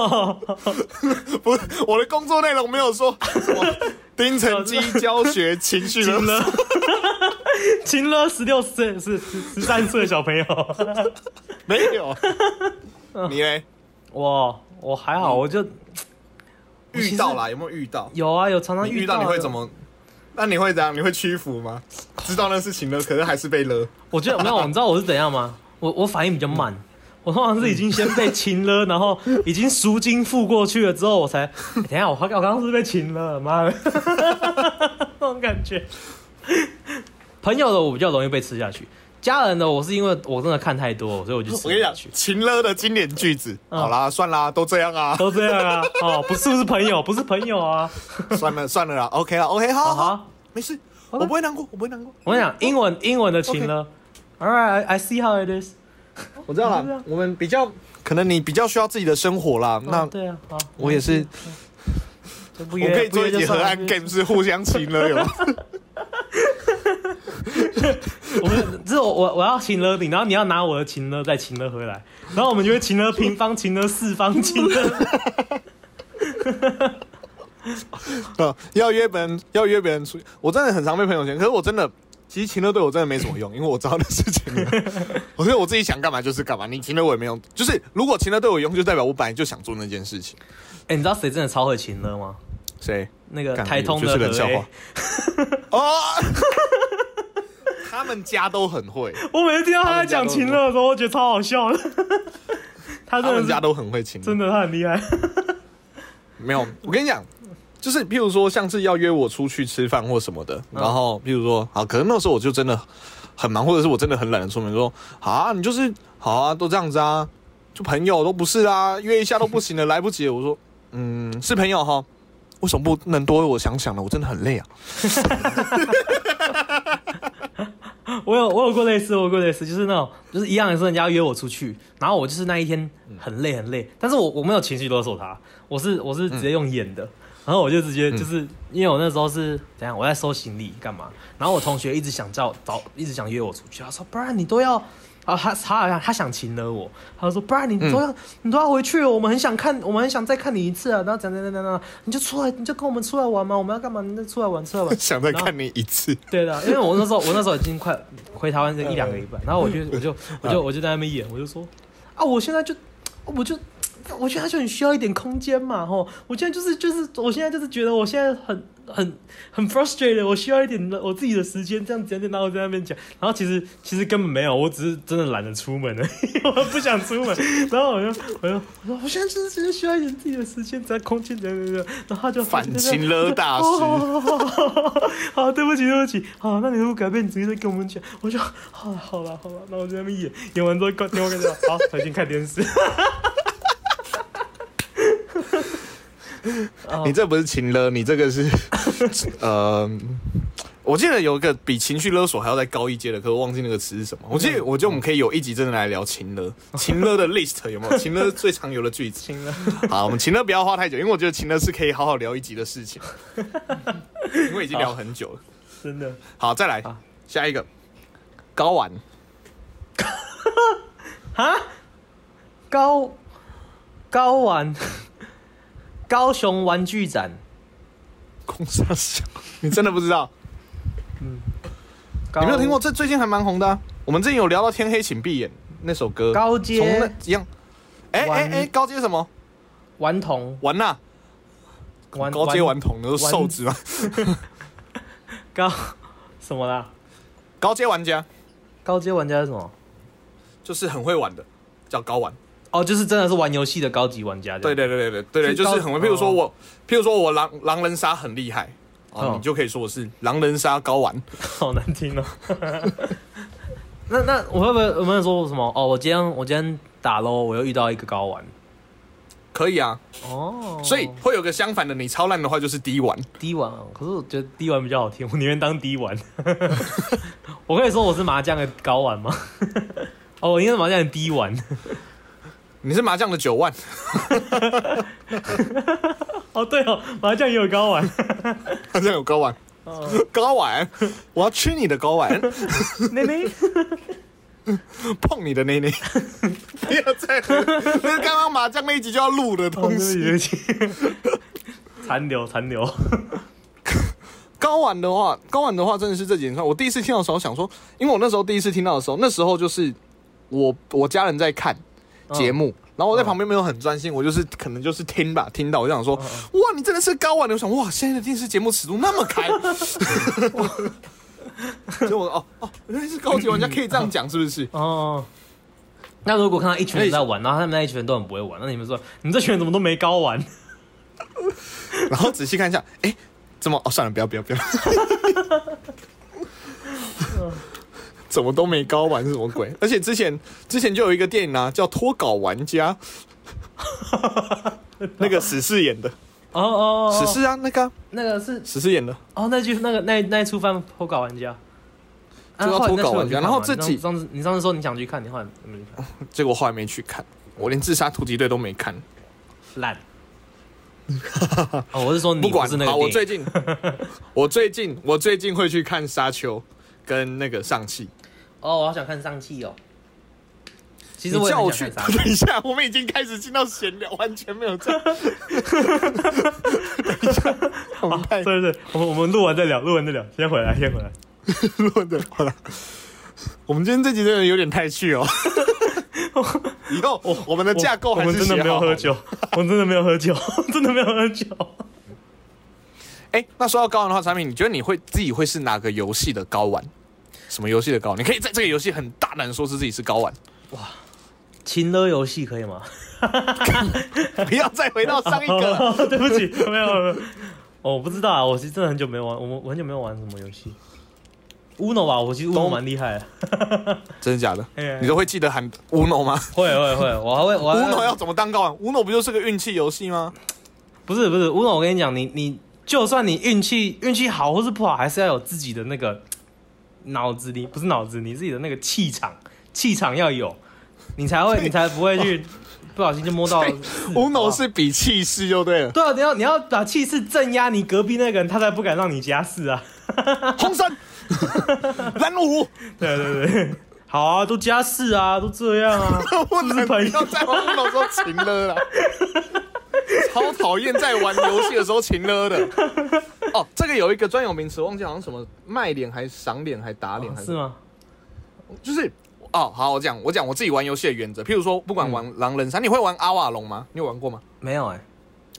Speaker 1: 不是我的工作内容没有说 什么丁成基教学情 绪勒
Speaker 2: 请
Speaker 1: 索。
Speaker 2: 了，请了十六岁是十十三岁的小朋友。
Speaker 1: 没有。你嘞？
Speaker 2: 我我还好，我就
Speaker 1: 遇到啦？有没有遇到？
Speaker 2: 有啊，有常常
Speaker 1: 你遇
Speaker 2: 到
Speaker 1: 到你
Speaker 2: 的
Speaker 1: 会怎？么？那你会怎样？你会屈服吗？知道那是情勒，可是还是被勒。
Speaker 2: 我觉得没有，你知道我是怎样吗？我我反应比较慢。我通常是已经先被擒了，然后已经赎金付过去了之后，我才、欸等一下我我刚刚是不是被擒了，妈的， 那种感觉。朋友的我比较容易被吃下去，家人的我是因为我真的看太多，所以我就
Speaker 1: 我跟你讲，嗯秦乐的经典句子，好啦，算啦，都这样 啊，
Speaker 2: 都这样啊，哦，不是不是朋友，不是朋友 啊，
Speaker 1: 算了算了啦，OK 啦 o k 好
Speaker 2: 好
Speaker 1: 好，
Speaker 2: 啊，
Speaker 1: 没事，
Speaker 2: 好
Speaker 1: 我
Speaker 2: 的
Speaker 1: 不会难过，我不会难过。
Speaker 2: 我跟你讲，英文英文的情了，All right, I see how it is。
Speaker 1: 我知道
Speaker 2: 就是这样
Speaker 1: 了，我们比较可能你比较需要自己的生活啦，
Speaker 2: 哦
Speaker 1: 那
Speaker 2: 对啊，好，
Speaker 1: 我也是，
Speaker 2: 就不
Speaker 1: 我
Speaker 2: 约，
Speaker 1: 可以
Speaker 2: 不
Speaker 1: 做
Speaker 2: 约
Speaker 1: 一
Speaker 2: 就
Speaker 1: 集
Speaker 2: 算
Speaker 1: 河
Speaker 2: 了
Speaker 1: 岸 game 是互相亲了有。
Speaker 2: 我们这我我我要请了你，然后你要拿我的请了再请了回来，然后我们就会请了平方、请了四方、请 了。
Speaker 1: 嗯， 要约别人，要约别人出去，我真的很常被朋友圈，可是我真的，其实情乐对我真的没什么用，因为我知道的事情了， 我觉得我自己想干嘛就是干嘛，你情乐我也没用，就是如果情乐对我有用，就代表我本来就想做那件事情。
Speaker 2: 哎，你知道谁真的超会请了吗？
Speaker 1: 谁？
Speaker 2: 那个
Speaker 1: 干
Speaker 2: 台通
Speaker 1: 我
Speaker 2: 的欸
Speaker 1: 觉得是
Speaker 2: 何
Speaker 1: 冷笑
Speaker 2: A
Speaker 1: 话。哦， 他们家都很 会，
Speaker 2: 我每次听到他在讲秦乐的时候，我觉得超好笑的。
Speaker 1: 他
Speaker 2: 他真
Speaker 1: 们
Speaker 2: 的
Speaker 1: 家
Speaker 2: 是
Speaker 1: 都很会情乐。
Speaker 2: 真的他很厉害。
Speaker 1: 没有，我跟你讲，就是譬如说，像是要约我出去吃饭或什么的，然后譬如说，好，可能那时候我就真的很忙，或者是我真的很懒得出门，说好啊，你就是好啊，都这样子啊，就朋友都不是啊，约一下都不行了，来不及了。我说，嗯，是朋友哈，为什么不能多为我想想呢？我真的很累啊。
Speaker 2: 我有我有过类似，我有过类似，就是那种就是一样的是人家约我出去，然后我就是那一天
Speaker 1: 嗯
Speaker 2: 很累很累，但是我我没有情绪勒索他，我是我是直接用演
Speaker 1: 嗯
Speaker 2: 的，然后我就直接就是、因为我那时候是怎样，我在收行李干嘛，然后我同学一直想叫找，一直想约我出去，他说不然你都要。啊，他他好像他想请了我，他说不然你
Speaker 1: 嗯
Speaker 2: 都要、你都要回去了，我们很想看，我们很想再看你一次啊，然后讲讲讲讲讲，你就出来你就跟我们出来玩嘛，我们要干嘛？你就出来玩出来玩，
Speaker 1: 想再看你一次，
Speaker 2: 对的，因为我那时候我那时候已经快回台湾这一两个礼拜，然后我就我就我就我就在那边演，我就说啊，我现在就我就我觉得他就很需要一点空间嘛，吼，我现在就是就是我现在就是觉得我现在很很很 frustrated，我需要一点我自己的时间，这样子这样子，然后我在那边讲，然后其实其实根本没有，我只是真的懒得出门而已， 我不想出门，然后我就我就我说我现在就是只是需要一点自己的时间，只要空间，这样这样，然后他就
Speaker 1: 反情勒大师。
Speaker 2: 哦好好好好好好，对不起，对不起。好，那你如果改变你主意再跟我们讲，我就好了，好了，好了。那我就在那边演，演完之后关，给我跟你讲，好， 重新看电视。
Speaker 1: 你这不是情勒，你这个是，呃，我记得有一个比情绪勒索还要再高一阶的，可我忘记那个词是什么。我记得，我觉得我们可以有一集真的来聊情勒，情勒的 list 有没有？情勒最常有的句 子。
Speaker 2: 行了，
Speaker 1: 好，我们情勒不要花太久，因为我觉得情勒是可以好好聊一集的事情，因为已经聊很久了。
Speaker 2: 真的。
Speaker 1: 好，再来
Speaker 2: 好
Speaker 1: 下一个，睾丸，
Speaker 2: 哈？高高玩， 高雄玩具展，
Speaker 1: 空沙小，你真的不知道？
Speaker 2: 高
Speaker 1: 你没有听过？这最近还蛮红的啊、我们之前有聊到《天黑请闭眼》那首歌，
Speaker 2: 高阶
Speaker 1: 从那一样。哎哎
Speaker 2: 玩
Speaker 1: 哎，高阶什么？
Speaker 2: 顽童
Speaker 1: 玩呐、
Speaker 2: 玩
Speaker 1: 高阶顽童，你说瘦子吗？
Speaker 2: 高什么啦？
Speaker 1: 高阶玩家
Speaker 2: 高阶玩家是什么？
Speaker 1: 就是很会玩的，叫高玩。
Speaker 2: 哦，就是真的是玩游戏的高级玩家。
Speaker 1: 对
Speaker 2: 对，
Speaker 1: 对对对对对对，
Speaker 2: 是
Speaker 1: 就
Speaker 2: 高
Speaker 1: 是很会。譬如说
Speaker 2: 哦
Speaker 1: 我，譬如说我狼狼人杀很厉害。哦
Speaker 2: 哦，
Speaker 1: 你就可以说我是狼人杀高玩，
Speaker 2: 好难听哦。 那那我会不会有没有说什么？哦，我今天我今天打喽，我又遇到一个高玩
Speaker 1: 可以啊，
Speaker 2: 哦，
Speaker 1: 所以会有个相反的，你超烂的话就是低玩，
Speaker 2: 低玩哦，可是我觉得低玩比较好听，我 宁愿当低玩。我可以说我是麻将的高玩吗？ 哦，我应该是麻将的低玩，
Speaker 1: 你是麻将的九万，
Speaker 2: 哦对哦，麻将也有高玩，
Speaker 1: 好像有高玩，
Speaker 2: 哦，
Speaker 1: 高玩，我要吃你的高玩，
Speaker 2: 妹妹，
Speaker 1: 碰你的内 内，不要再喝，那是刚刚麻将那一集就要录的
Speaker 2: 哦
Speaker 1: 东
Speaker 2: 对不
Speaker 1: 西。
Speaker 2: 起对不起， 残留残留，
Speaker 1: 高玩的话，高玩的话真的是这几年上，我第一次听到的时候想说，因为我那时候第一次听到的时候，那时候就是我我家人在看节目。
Speaker 2: 哦
Speaker 1: 然后我在旁边没有很专心，我就是可能就是听吧，听到我就想说，
Speaker 2: 哦
Speaker 1: 哇，你真的是高玩的！我想，哇，现在的电视节目尺度那么开， 所以我说哦哦，原来是高级玩家可以这样讲，是不是？
Speaker 2: 哦。那如果看到一群人在玩，然后他们那一群人都很不会玩，那你们说你们这群人怎么都没高玩？
Speaker 1: 然后仔细看一下，哎、怎么？哦，算了，不要不要不要。怎么都没睾丸是什么鬼？而且之前之前就有一个电影啊，叫《脱稿玩家》，那个史诗演的，
Speaker 2: 哦哦，
Speaker 1: 史诗啊，那个啊
Speaker 2: 那个是
Speaker 1: 史诗演的，
Speaker 2: 哦，那句那个那那一出翻脱稿玩家，啊
Speaker 1: 就要
Speaker 2: 后来
Speaker 1: 脱
Speaker 2: 那
Speaker 1: 稿
Speaker 2: 出有
Speaker 1: 玩
Speaker 2: 去
Speaker 1: 家
Speaker 2: 看
Speaker 1: 然后
Speaker 2: 吗
Speaker 1: 这
Speaker 2: 你
Speaker 1: 几
Speaker 2: 上次你上次说你想去看，你后来没去 看，
Speaker 1: 结果后来没去看，我连《自杀突击队》都没看。
Speaker 2: 烂。哦，我是说你
Speaker 1: 不管
Speaker 2: 是那个
Speaker 1: 好，我
Speaker 2: 电
Speaker 1: 最
Speaker 2: 影
Speaker 1: 近我最近我最近会去看《沙丘》跟那个《上汽》。
Speaker 2: 哦，我好想看上汽哦。其
Speaker 1: 你
Speaker 2: 实我也
Speaker 1: 叫我
Speaker 2: 很
Speaker 1: 去，
Speaker 2: 想看
Speaker 1: 等
Speaker 2: 上汽
Speaker 1: 一下，我们已经开始进到闲聊，完全没有在。等一下，我们太
Speaker 2: 对对，对我们我们录完再聊，录完再聊，先回来，先回来。
Speaker 1: 弱的，好了。我们今天这集真的有点太趣哦。以后我们的架构还
Speaker 2: 我
Speaker 1: 是
Speaker 2: 们真的
Speaker 1: 写
Speaker 2: 没有
Speaker 1: 好好
Speaker 2: 喝。酒， 我们真的没有喝酒， 真的没有喝酒。
Speaker 1: 哎、那说到高玩的话，产品，你觉得你会自己会是哪个游戏的高玩？什么游戏的高玩？你可以在这个游戏很大胆地说是自己是高玩，
Speaker 2: 情乐游戏可以吗？
Speaker 1: 不要再回到上一个 了。
Speaker 2: 对不起，没有没有。哦，我不知道啊，我其实真的很久没玩，我们我很久没有玩什么游戏。Uno 吧，我其实 Uno
Speaker 1: 懂
Speaker 2: 蛮厉害的。
Speaker 1: 真的假的？
Speaker 2: 哎 哎
Speaker 1: 你都会记得喊 Uno 吗
Speaker 2: 会哎会会，我还会我还
Speaker 1: ？Uno
Speaker 2: 会
Speaker 1: 要怎么当高玩？Uno 不就是个运气游戏吗？
Speaker 2: 不是不是 Uno，我跟你讲，你你就算你运气运气好或是不好，还是要有自己的那个脑子里不是脑子，你自己的那个气场，气场要有，你才会你才不会去不小心就摸到
Speaker 1: 所以
Speaker 2: 四好不好
Speaker 1: Uno 是比气势就对了。
Speaker 2: 对啊，你要你要把气势镇压你隔壁那个人，他才不敢让你加四啊。
Speaker 1: 红 山、蓝路虎，
Speaker 2: 对对对， 好啊，都加四啊，都这 样啊，
Speaker 1: 不
Speaker 2: 是
Speaker 1: 能不
Speaker 2: 朋友
Speaker 1: 要再玩 Uno 说情 了啦。超讨厌在玩游戏的时候情了的。哦，这个有一个专有名词，忘记好像什么卖脸还是赏脸还打脸还
Speaker 2: 哦是
Speaker 1: 什么
Speaker 2: 吗？
Speaker 1: 就是。哦，好，我讲，我讲我自己玩游戏的原则。譬如说，不管
Speaker 2: 嗯
Speaker 1: 玩狼人杀，你会玩阿瓦隆吗？你有欸玩过吗？
Speaker 2: 没有哎、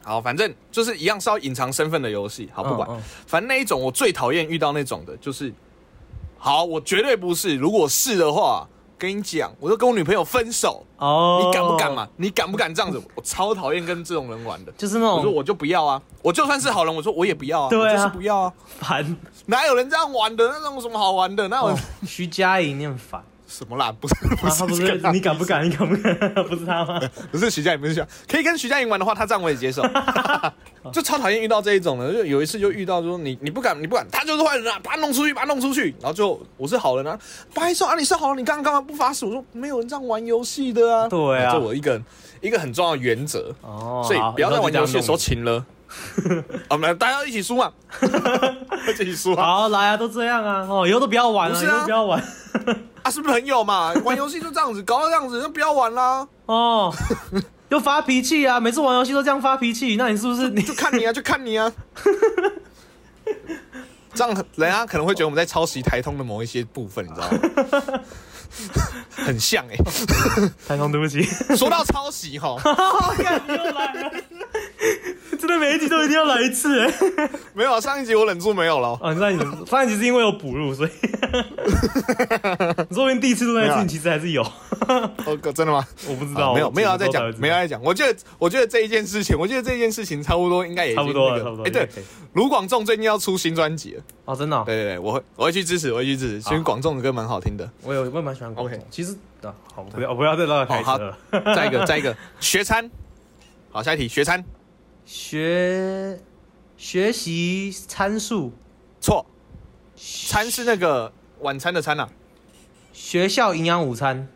Speaker 1: 好，反正就是一样是要隐藏身份的游戏。好，不管，
Speaker 2: 嗯嗯
Speaker 1: 反正那一种我最讨厌遇到那种的，就是，好，我绝对不是。如果是的话，跟你讲，我就跟我女朋友分手。
Speaker 2: 哦，
Speaker 1: 你敢不敢？嘛？你敢不敢这样子？我超讨厌跟这种人玩的。
Speaker 2: 就是那
Speaker 1: 我说
Speaker 2: 种
Speaker 1: 我就不要啊，我就算是好人，我说我也不要啊，
Speaker 2: 对啊
Speaker 1: 我就是不要啊，
Speaker 2: 烦
Speaker 1: 哪有人这样玩的？那种有什么好玩的？那有、
Speaker 2: 哦，徐佳莹你很烦
Speaker 1: 什么啦？不是不
Speaker 2: 啊，
Speaker 1: 是，
Speaker 2: 他不
Speaker 1: 这
Speaker 2: 是
Speaker 1: 个啦
Speaker 2: 你敢不？敢？你敢不敢？ 不是他吗？
Speaker 1: 不是徐佳莹，不是徐佳，可以跟徐佳莹玩的话，她这样我也接 受。就超讨厌遇到这一种的，就有一次就遇到说你你不敢你不敢，他就是坏人啊，把他弄出去，把他弄出去。然后最后我是好人啊，白说啊你是好人，你刚刚干嘛不发誓？我说没有人这样玩游戏的啊。
Speaker 2: 对啊
Speaker 1: 这我一个一个很重要的原则。
Speaker 2: 哦，
Speaker 1: 所以
Speaker 2: 好
Speaker 1: 不要在玩游戏的时候。
Speaker 2: 以后就这样弄
Speaker 1: 勤 了。我们大家一起输嘛， 一起输啊！
Speaker 2: 好，来啊，都这样啊，哦，以后都不要玩
Speaker 1: 不
Speaker 2: 了，
Speaker 1: 是
Speaker 2: 以
Speaker 1: 啊
Speaker 2: 后不要玩
Speaker 1: 啊，是朋友嘛，玩游戏就这样子，搞到这样子，那不要玩啦。
Speaker 2: 哦，又发脾气啊！每次玩游戏都这样发脾气，那你是不 是你
Speaker 1: 就看你 啊，就看你啊。这样人家可能会觉得我们在抄袭台通的某一些部分，你知道吗？很像 哎、
Speaker 2: 台风，对不 起，
Speaker 1: 说到抄袭哈，
Speaker 2: 又来了，真的每一集都一定要来一次哎。
Speaker 1: 没有啊，上一集我忍住没有了。
Speaker 2: 哦，你上一集上一集是因为有补录，所 以你说不定第一次录那
Speaker 1: 没有
Speaker 2: 一
Speaker 1: 啊
Speaker 2: 次，你其实还是有，我
Speaker 1: 哦，真的吗？
Speaker 2: 不知
Speaker 1: 啊
Speaker 2: 道，
Speaker 1: 没有没有要
Speaker 2: 再
Speaker 1: 再讲，没有要再讲。我觉得我觉得这一件事情，我觉得这一件事情差不多应该也已
Speaker 2: 差
Speaker 1: 经
Speaker 2: 不多
Speaker 1: 那
Speaker 2: 了，
Speaker 1: 个
Speaker 2: 差不多。
Speaker 1: 哎，对，
Speaker 2: 可以
Speaker 1: 卢广仲最近要出新专辑了，
Speaker 2: 哦，真的哦，
Speaker 1: 对对对，我会我会去支持，我会去支持。其实
Speaker 2: 好
Speaker 1: 广仲的歌蛮好听的。
Speaker 2: 我有我蛮喜欢广
Speaker 1: OK
Speaker 2: 东，其实啊，好，不要不要再让他开车了。
Speaker 1: 再 一个，再一个，学餐。好，下一题，学餐
Speaker 2: 学学习参数，
Speaker 1: 错，餐是那个晚餐的餐啊，
Speaker 2: 学校营养午餐，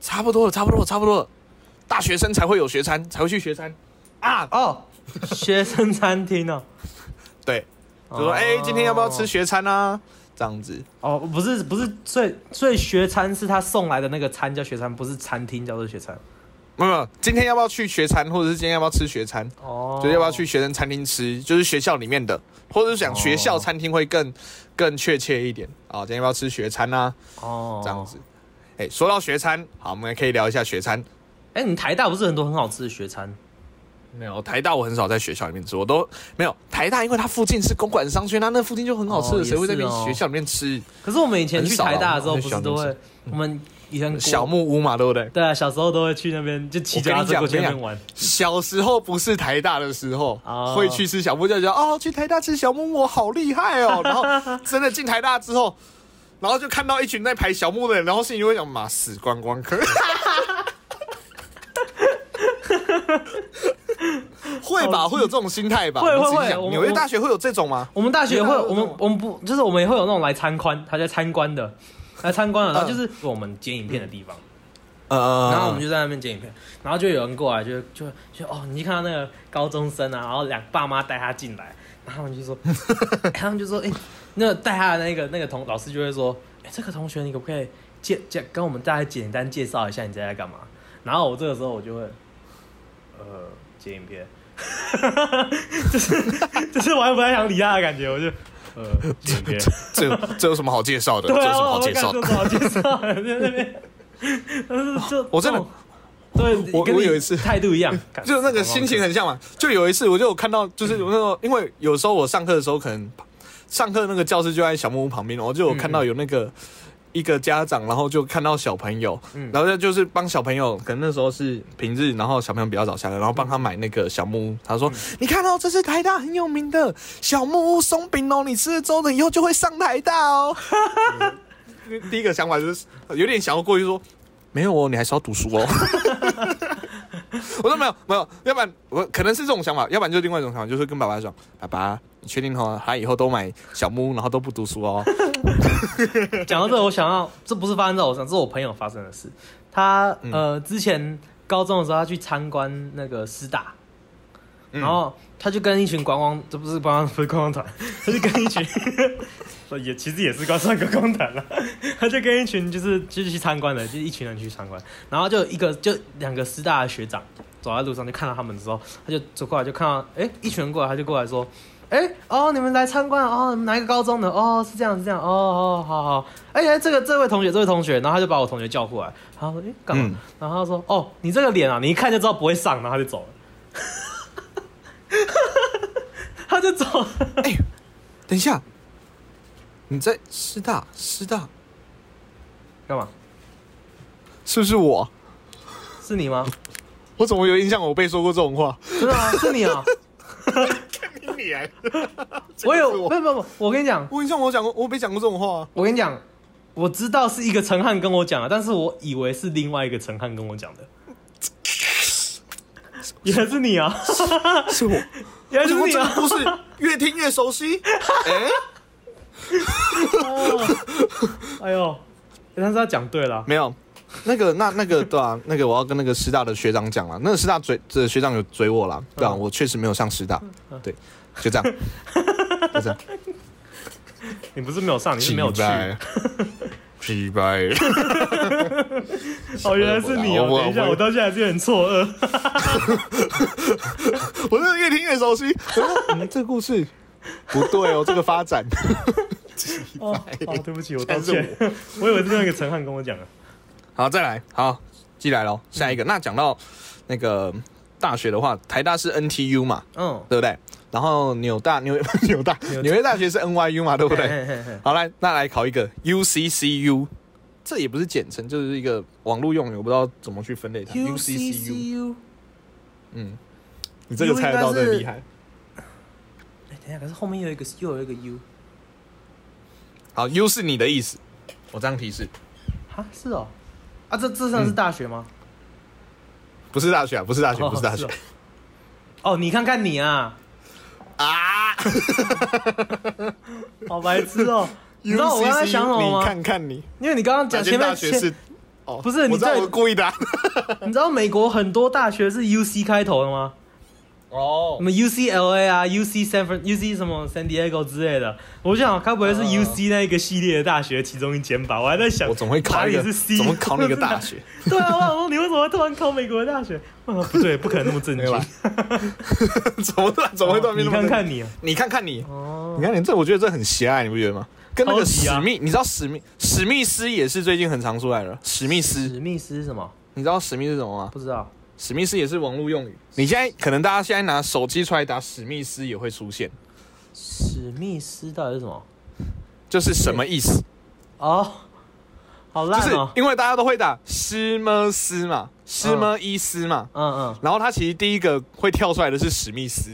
Speaker 1: 差不多了，差不多了，差不多了。大学生才会有学餐，才会去学餐啊。
Speaker 2: 哦，学生餐厅哦，
Speaker 1: 对，就说
Speaker 2: 哦
Speaker 1: 哎、今天要不要吃？学餐啊？这样子，
Speaker 2: 哦，不是不是，所以所以学餐是他送来的那个餐叫学餐，不是餐厅叫做学餐。
Speaker 1: 没有没有，今天要不要去学餐，或者是今天要不要吃学餐？
Speaker 2: 哦，
Speaker 1: 就是要不要去学生餐厅吃，就是学校里面的，或者是讲学校餐厅会更更确切一点啊。今天要不要吃学餐啊？
Speaker 2: 哦
Speaker 1: 这样子。。哎、说到学餐，好，我们也可以聊一下学餐。
Speaker 2: 哎、你台大不是很多很好吃的学餐？
Speaker 1: 没有台大，我很少在学校里面吃，我都没有台大，因为它附近是公馆商圈，它那附近就很好吃的，
Speaker 2: 哦也是
Speaker 1: 谁、会在那边
Speaker 2: 哦
Speaker 1: 学校里面吃？
Speaker 2: 可是我们以前去
Speaker 1: 很少啊
Speaker 2: 台大的时候，
Speaker 1: 我们
Speaker 2: 不
Speaker 1: 去
Speaker 2: 是都
Speaker 1: 小
Speaker 2: 会，我们以前国
Speaker 1: 小木屋嘛，对不对？
Speaker 2: 对啊，小时候都会去那边就骑脚踏车过去那边玩。
Speaker 1: 小时候不是台大的时候，
Speaker 2: 哦
Speaker 1: 会去吃 小木屋，就觉得哦，去台大吃小木屋我好厉害哦。然后真的进台大之后，然后就看到一群在排小木的人，然后心里就会想妈死观光客，会吧？会有这种心态吧？
Speaker 2: 会会
Speaker 1: 我只是
Speaker 2: 会
Speaker 1: 想
Speaker 2: 我
Speaker 1: 纽约
Speaker 2: 我
Speaker 1: 大学会有这种吗？
Speaker 2: 我们大学
Speaker 1: 你
Speaker 2: 也
Speaker 1: 觉
Speaker 2: 会
Speaker 1: 得，
Speaker 2: 我
Speaker 1: 那
Speaker 2: 们
Speaker 1: 种
Speaker 2: 我们不就是我们也会有那种来参观，他在参观的，来参观的，然
Speaker 1: 嗯
Speaker 2: 后就是我们剪影片的地方，
Speaker 1: 呃，
Speaker 2: 然后我们就在那边剪影片，然后就有人过来就就就哦，你就看到那个高中生啊，然后两爸妈带他进来，然后他们就说，哎他们就说，哎、那个带他的那个那个同老师就会说，哎、这个同学你可不可以介介跟我们大概简单介绍一下你在在干嘛？然后我这个时候我就会，呃，剪影片。 就是 就是完全不太想理他的感觉，我就呃剪影片，
Speaker 1: 这有这有什么好介绍的？
Speaker 2: 对
Speaker 1: 这有
Speaker 2: 啊，
Speaker 1: 什么好
Speaker 2: 我
Speaker 1: 介绍
Speaker 2: 我
Speaker 1: 的？
Speaker 2: 看这有什么好介绍 的？在 那边，但是就
Speaker 1: 我真的
Speaker 2: 这种对，
Speaker 1: 我
Speaker 2: 跟你
Speaker 1: 我有一次
Speaker 2: 态度一样，
Speaker 1: 就是那个心情很像嘛。就有一次，我就有看到，就是有那种，因为有时候我上课的时候，可能上课那个教室就在小木屋旁边，我就有看到有那个一个家长，然后就看到小朋友，
Speaker 2: 嗯
Speaker 1: 然后他就是帮小朋友，可能那时候是平日，然后小朋友比较早下课，然后帮他买那个小木屋。他说：“你看哦，这是台大很有名的小木屋松饼哦，你吃了之后呢，以后就会上台大哦。 嗯”第一个想法就是有点想要过去说。没有哦，你还是要读书哦。 我说没有没有，要不然我可能是这种想法，要不然就是另外一种想法，就是跟爸爸讲，爸爸，你确定哦，他以后都买小木屋，然后都不读书 哦。
Speaker 2: 讲到这，我想到这不是发生在我身上，这是我朋友发生的事。他
Speaker 1: 嗯
Speaker 2: 呃，之前高中的时候，他去参观那个师大，
Speaker 1: 嗯
Speaker 2: 然后他就跟一群观光，这不是观光，不是观光团，他就跟一群，也其实也是观算观光团了。他就跟一群就是就是去参观的，就是一群人去参观，然后就有一个就两个师大的学长走在路上，就看到他们的时候，他就走过来就看到，哎、一群人过来，他就过来说。哎、哦，你们来参观哦，你们哪一个高中的？哦，是这样，是这样，哦哦，好好。哎、哎，这个这位同学，这位同学，然后他就把我同学叫过来，然后说，哎、干嘛？
Speaker 1: 嗯
Speaker 2: 然后他说，哦，你这个脸啊，你一看就知道不会上，然后他就走了， 他就走了。
Speaker 1: 哎等一下，你在师大，师大
Speaker 2: 干嘛？
Speaker 1: 是不是我？
Speaker 2: 是你吗？
Speaker 1: 我怎么有印象我被说过这种话？
Speaker 2: 真的吗？是 你啊、
Speaker 1: 你来，
Speaker 2: 我有，
Speaker 1: 我
Speaker 2: 不不不，我跟你讲，
Speaker 1: 我印象我讲过，我被讲过这种话、啊。
Speaker 2: 我跟你讲，我知道是一个陈汉跟我讲的，但是我以为是另外一个陈汉跟 我讲的。原来是你啊！
Speaker 1: 是我，而
Speaker 2: 原来
Speaker 1: 且
Speaker 2: 是
Speaker 1: 我
Speaker 2: 你
Speaker 1: 这个
Speaker 2: 啊！
Speaker 1: 故事越听越熟 悉。哎、
Speaker 2: 哎呦，但是他讲对了啊，
Speaker 1: 没有，那个那那个对啊，那个我要跟那个师大的学长讲了，啊那个师大追这学长有追我啦，对啊，
Speaker 2: 嗯
Speaker 1: 我确实没有上师大，对，就这样，就这样，
Speaker 2: 你不是没有上，你是没有去。
Speaker 1: 击败，
Speaker 2: 哦，原来是你哦！
Speaker 1: 我
Speaker 2: 等一下，
Speaker 1: 我哎
Speaker 2: 我到现在还是很 错愕。
Speaker 1: 我真的越听越熟悉，我说 嗯，这故事不对 哦，这个发展，
Speaker 2: 哦，好，对不起，我道
Speaker 1: 但是
Speaker 2: 歉。 我以为是那个陈汉跟我讲的。
Speaker 1: 好，再来，好，寄来喽，下一个，那讲到那个大学的话，台大是 NTU 嘛，
Speaker 2: 嗯，
Speaker 1: 对不对？然后纽大纽 纽大
Speaker 2: 纽大
Speaker 1: 纽约大学是 NYU 嘛，对不对？
Speaker 2: 嘿嘿嘿
Speaker 1: 好来，那来考一个 UCCU，这也不是简称，就是一个网络用语，我不知道怎么去分类它。UCCU，
Speaker 2: UCCU
Speaker 1: 嗯，你这个猜得到真的厉害。
Speaker 2: 哎，等一下，可是后面又有一个又有一个 U
Speaker 1: 好，U 是你的意思，我这样提示，
Speaker 2: 啊？是哦。啊，这这算是大学吗？
Speaker 1: 不是大学啊，不是大学，
Speaker 2: 哦
Speaker 1: 不是大学
Speaker 2: 哦哦，你看看你啊，
Speaker 1: 啊。
Speaker 2: 好白痴 哦！你知道我刚才想什
Speaker 1: UCCU，
Speaker 2: 么
Speaker 1: 你
Speaker 2: 吗？
Speaker 1: 看看你，
Speaker 2: 因为你刚刚
Speaker 1: 哪
Speaker 2: 讲
Speaker 1: 间
Speaker 2: 前
Speaker 1: 大
Speaker 2: 面
Speaker 1: 学
Speaker 2: 前
Speaker 1: 是？哦，
Speaker 2: 不是
Speaker 1: 我
Speaker 2: 你
Speaker 1: 知道
Speaker 2: 在
Speaker 1: 我故意的啊。
Speaker 2: 你知道美国很多大学是 U C 开头的吗？
Speaker 1: 哦
Speaker 2: 什，么 U C L A 啊，U C San Fran、U C 什么 San Diego 之类的，我就想该不会是
Speaker 1: 嗯
Speaker 2: U C 那一个系列的大学其中一间吧？我还在想，
Speaker 1: 我怎么会考
Speaker 2: 哪
Speaker 1: 一
Speaker 2: 里
Speaker 1: 个？
Speaker 2: 是 C？
Speaker 1: 怎么考那个大
Speaker 2: 学？
Speaker 1: 学？
Speaker 2: 对啊，我想说你为什么会突然考美国的大学？我想不对，不可能那 么震
Speaker 1: 没
Speaker 2: 惊
Speaker 1: 有。啦，怎么突然怎么会断
Speaker 2: 你
Speaker 1: 片那么多？
Speaker 2: 看看你啊，
Speaker 1: 你看看你，
Speaker 2: 哦，
Speaker 1: 你看你这，我觉得这很狭隘，你不觉得吗？跟那个
Speaker 2: 超级
Speaker 1: 史
Speaker 2: 啊
Speaker 1: 密，你知道史密史密斯也是最近很常出来了。史密斯，
Speaker 2: 史密斯是什么？
Speaker 1: 你知道史密斯是什么吗？
Speaker 2: 不知道。
Speaker 1: 史密斯也是网络用语。你现在可能大家现在拿手机出来打史密斯也会出现，
Speaker 2: 史密斯到底是什么？
Speaker 1: 就是什么意思？
Speaker 2: 哦，好
Speaker 1: 就
Speaker 2: 烂
Speaker 1: 是
Speaker 2: 哦。
Speaker 1: 因为大家都会打史么斯嘛，史么伊斯嘛。
Speaker 2: 嗯
Speaker 1: 然后他其实第一个会跳出来的是史密斯，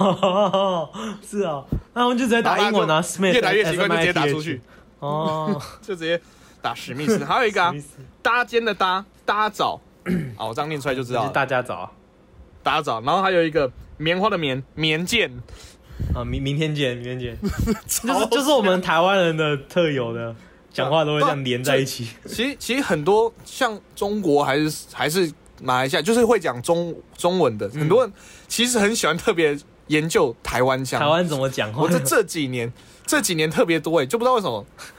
Speaker 2: 嗯，是哦，那我们就直接打英文啊，Smith
Speaker 1: 越来越习惯就直接打出去。。
Speaker 2: 哦，
Speaker 1: 就直接打史密 斯。 还有一个、啊
Speaker 2: 什么意、思
Speaker 1: 搭肩的搭搭枣， 啊，我这样念出来就知
Speaker 2: 就
Speaker 1: 道
Speaker 2: 是
Speaker 1: 了，
Speaker 2: 大家早啊
Speaker 1: 搭枣。然后还有一个棉花的棉棉剑，
Speaker 2: 啊，明明天见，明 天见，就
Speaker 1: 超
Speaker 2: 是就是我们台湾人的特有的讲话都会这样连在一起，
Speaker 1: 其实其实很多像中国还是还是马来西亚，就是会讲中中文的，
Speaker 2: 嗯
Speaker 1: 很多人其实很喜欢特别研究台湾腔。
Speaker 2: 台湾怎么讲话
Speaker 1: 我？这这几年这几年特别多哎、就不知道为什么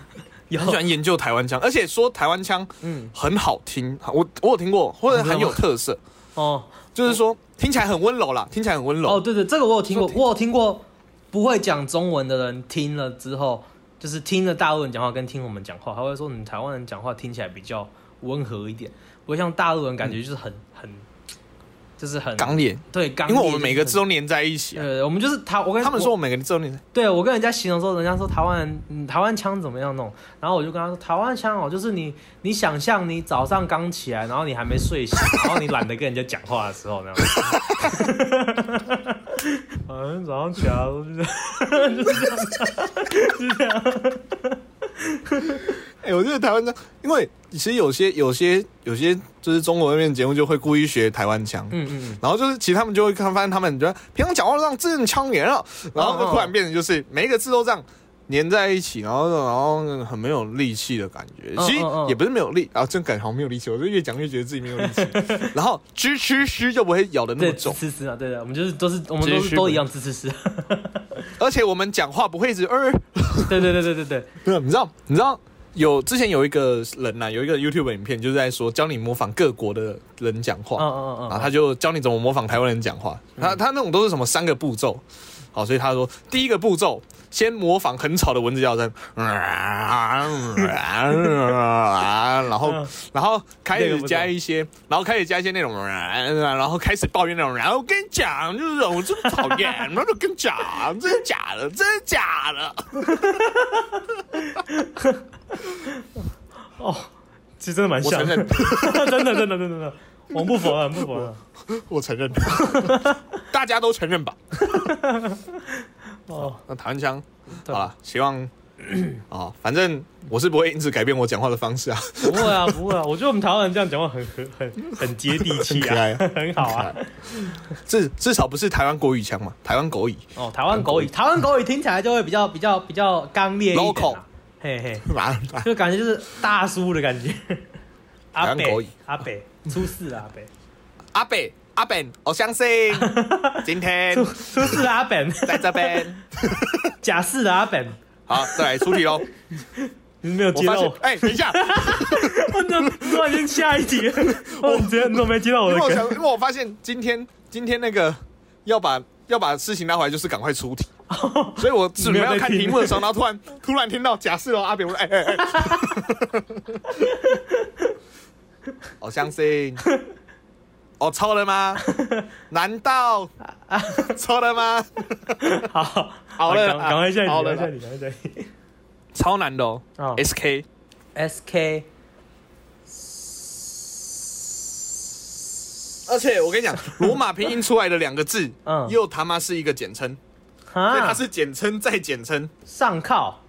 Speaker 2: 有
Speaker 1: 很喜欢研究台湾腔，而且说台湾腔
Speaker 2: 嗯
Speaker 1: 很好听，我我有听过，或者很有特色，
Speaker 2: 哦
Speaker 1: 就是说听起来很温柔啦，听起来很温柔。
Speaker 2: 哦，对对，这个我有听过
Speaker 1: 说，听
Speaker 2: 我有听过，不会讲中文的人听了之后，就是听了大陆人讲话跟听我们讲话，他会说你台湾人讲话听起来比较温和一点，不会像大陆人感觉就是很、很，就是很
Speaker 1: 港脸，
Speaker 2: 对刚，
Speaker 1: 因为我们每个字
Speaker 2: 字
Speaker 1: 都连在一起啊、
Speaker 2: 呃，我们就是他，我跟
Speaker 1: 他们说我们每个字都连在，
Speaker 2: 对我跟人家形容说，人家说台湾人、嗯、台湾腔怎么样弄，然后我就跟他说，台湾腔哦，就是你你想象你早上刚起来，然后你还没睡醒， 然后你懒得跟人家讲话的时候那样 子。反正早上起来都是这样
Speaker 1: 哎、我觉得台湾腔，因为其实有些有些有些就是中国那边的节目就会故意学台湾腔，
Speaker 2: 嗯嗯
Speaker 1: 然后就是，其实他们就会看，发现他们觉得平常讲话都这样字正腔圆了，然后就突然变成就是每一个字都这样粘在一起，然后然后很没有力气的感觉。
Speaker 2: 嗯
Speaker 1: 其实
Speaker 2: 嗯
Speaker 1: 也不是没有力啊，真感觉好像没有力气，我就越讲越觉得自己没有力气。然后吱吱吱就不会咬的
Speaker 2: 嗯，
Speaker 1: 那么
Speaker 2: 对，
Speaker 1: 重，
Speaker 2: 吃吃啊，对的，我们就是都是我们都
Speaker 1: 直接
Speaker 2: 是
Speaker 1: 吃
Speaker 2: 都一样吃吃吃，
Speaker 1: 而且我们讲话不会一直呃，
Speaker 2: 对对对对 对对，
Speaker 1: 对，你知道你知道。有之前有一个人呐、有一个 YouTube 影片，就是在说教你模仿各国的人讲话，
Speaker 2: 嗯嗯嗯
Speaker 1: 然后
Speaker 2: 嗯，
Speaker 1: 啊他就教你怎么模仿台湾人讲话。他他那种都是什么三个步骤，好，所以他说第一个步骤先模仿很吵的蚊子叫声，然后然后开
Speaker 2: 那个
Speaker 1: 始
Speaker 2: 不
Speaker 1: 加
Speaker 2: 懂
Speaker 1: 一些，然后开始加一些那种，然后开始抱怨那种，然后我跟你讲，就是我真的讨厌，然后就跟你讲，真的假的，真的假的。
Speaker 2: 哦，其实真的蛮
Speaker 1: 我
Speaker 2: 像
Speaker 1: 承
Speaker 2: 的，
Speaker 1: 认，
Speaker 2: 真的真的真的真 的，我不否认不否认，
Speaker 1: 我承认， 大家都承认吧。
Speaker 2: 哦，
Speaker 1: 那台湾腔，
Speaker 2: 对
Speaker 1: 好了，希 望哦，反正我是不会因此改变我讲话的方式啊，
Speaker 2: 不会啊，不会啊，我觉得我们台湾人这样讲话很很很很接地气
Speaker 1: 很可
Speaker 2: 啊
Speaker 1: 爱，
Speaker 2: 很好啊。
Speaker 1: 至至少不是台湾国语腔嘛，台湾国语
Speaker 2: 哦，台湾狗语，台湾狗语听起来就会比较比较比较刚烈一点、
Speaker 1: Local
Speaker 2: 啊，嘿嘿，
Speaker 1: 嘛，
Speaker 2: 就感觉就是大叔的感 觉。阿
Speaker 1: 湾狗语
Speaker 2: 北，阿北出事了，阿北
Speaker 1: 阿北阿本，我相信 今天
Speaker 2: 出出事了，阿本
Speaker 1: 在这边，
Speaker 2: 假释了，阿本，
Speaker 1: 好，再来出题 喽。
Speaker 2: 你没有
Speaker 1: 我
Speaker 2: 接
Speaker 1: 发
Speaker 2: 到
Speaker 1: 现
Speaker 2: 我，，
Speaker 1: 哎，等一下，
Speaker 2: 我怎么突然间下 一题了？我直接你怎么没接到我
Speaker 1: 因
Speaker 2: 的
Speaker 1: 为我想
Speaker 2: 梗？，
Speaker 1: 因为我发现今天今天那个要把要把事情拉回来，就是赶快出 题。所以我准备要看题目的时候，然后突然突然听到假释哦，阿北，我说哎哎哎， 我相信，哦，错了 吗？难道错了吗？
Speaker 2: 好，
Speaker 1: 好了
Speaker 2: 赶
Speaker 1: 啦
Speaker 2: 赶快下一题，
Speaker 1: 好
Speaker 2: 赶
Speaker 1: 了
Speaker 2: 快
Speaker 1: 啦
Speaker 2: 下一题，赶快下一题。
Speaker 1: 超难的哦
Speaker 2: 哦
Speaker 1: ，SK
Speaker 2: S K，
Speaker 1: 而且我跟你讲，罗马拼音出来的两个字，
Speaker 2: 嗯啊
Speaker 1: 又他妈是一个简称，所以它
Speaker 2: 哈，
Speaker 1: 是简称再简称。
Speaker 2: 上靠，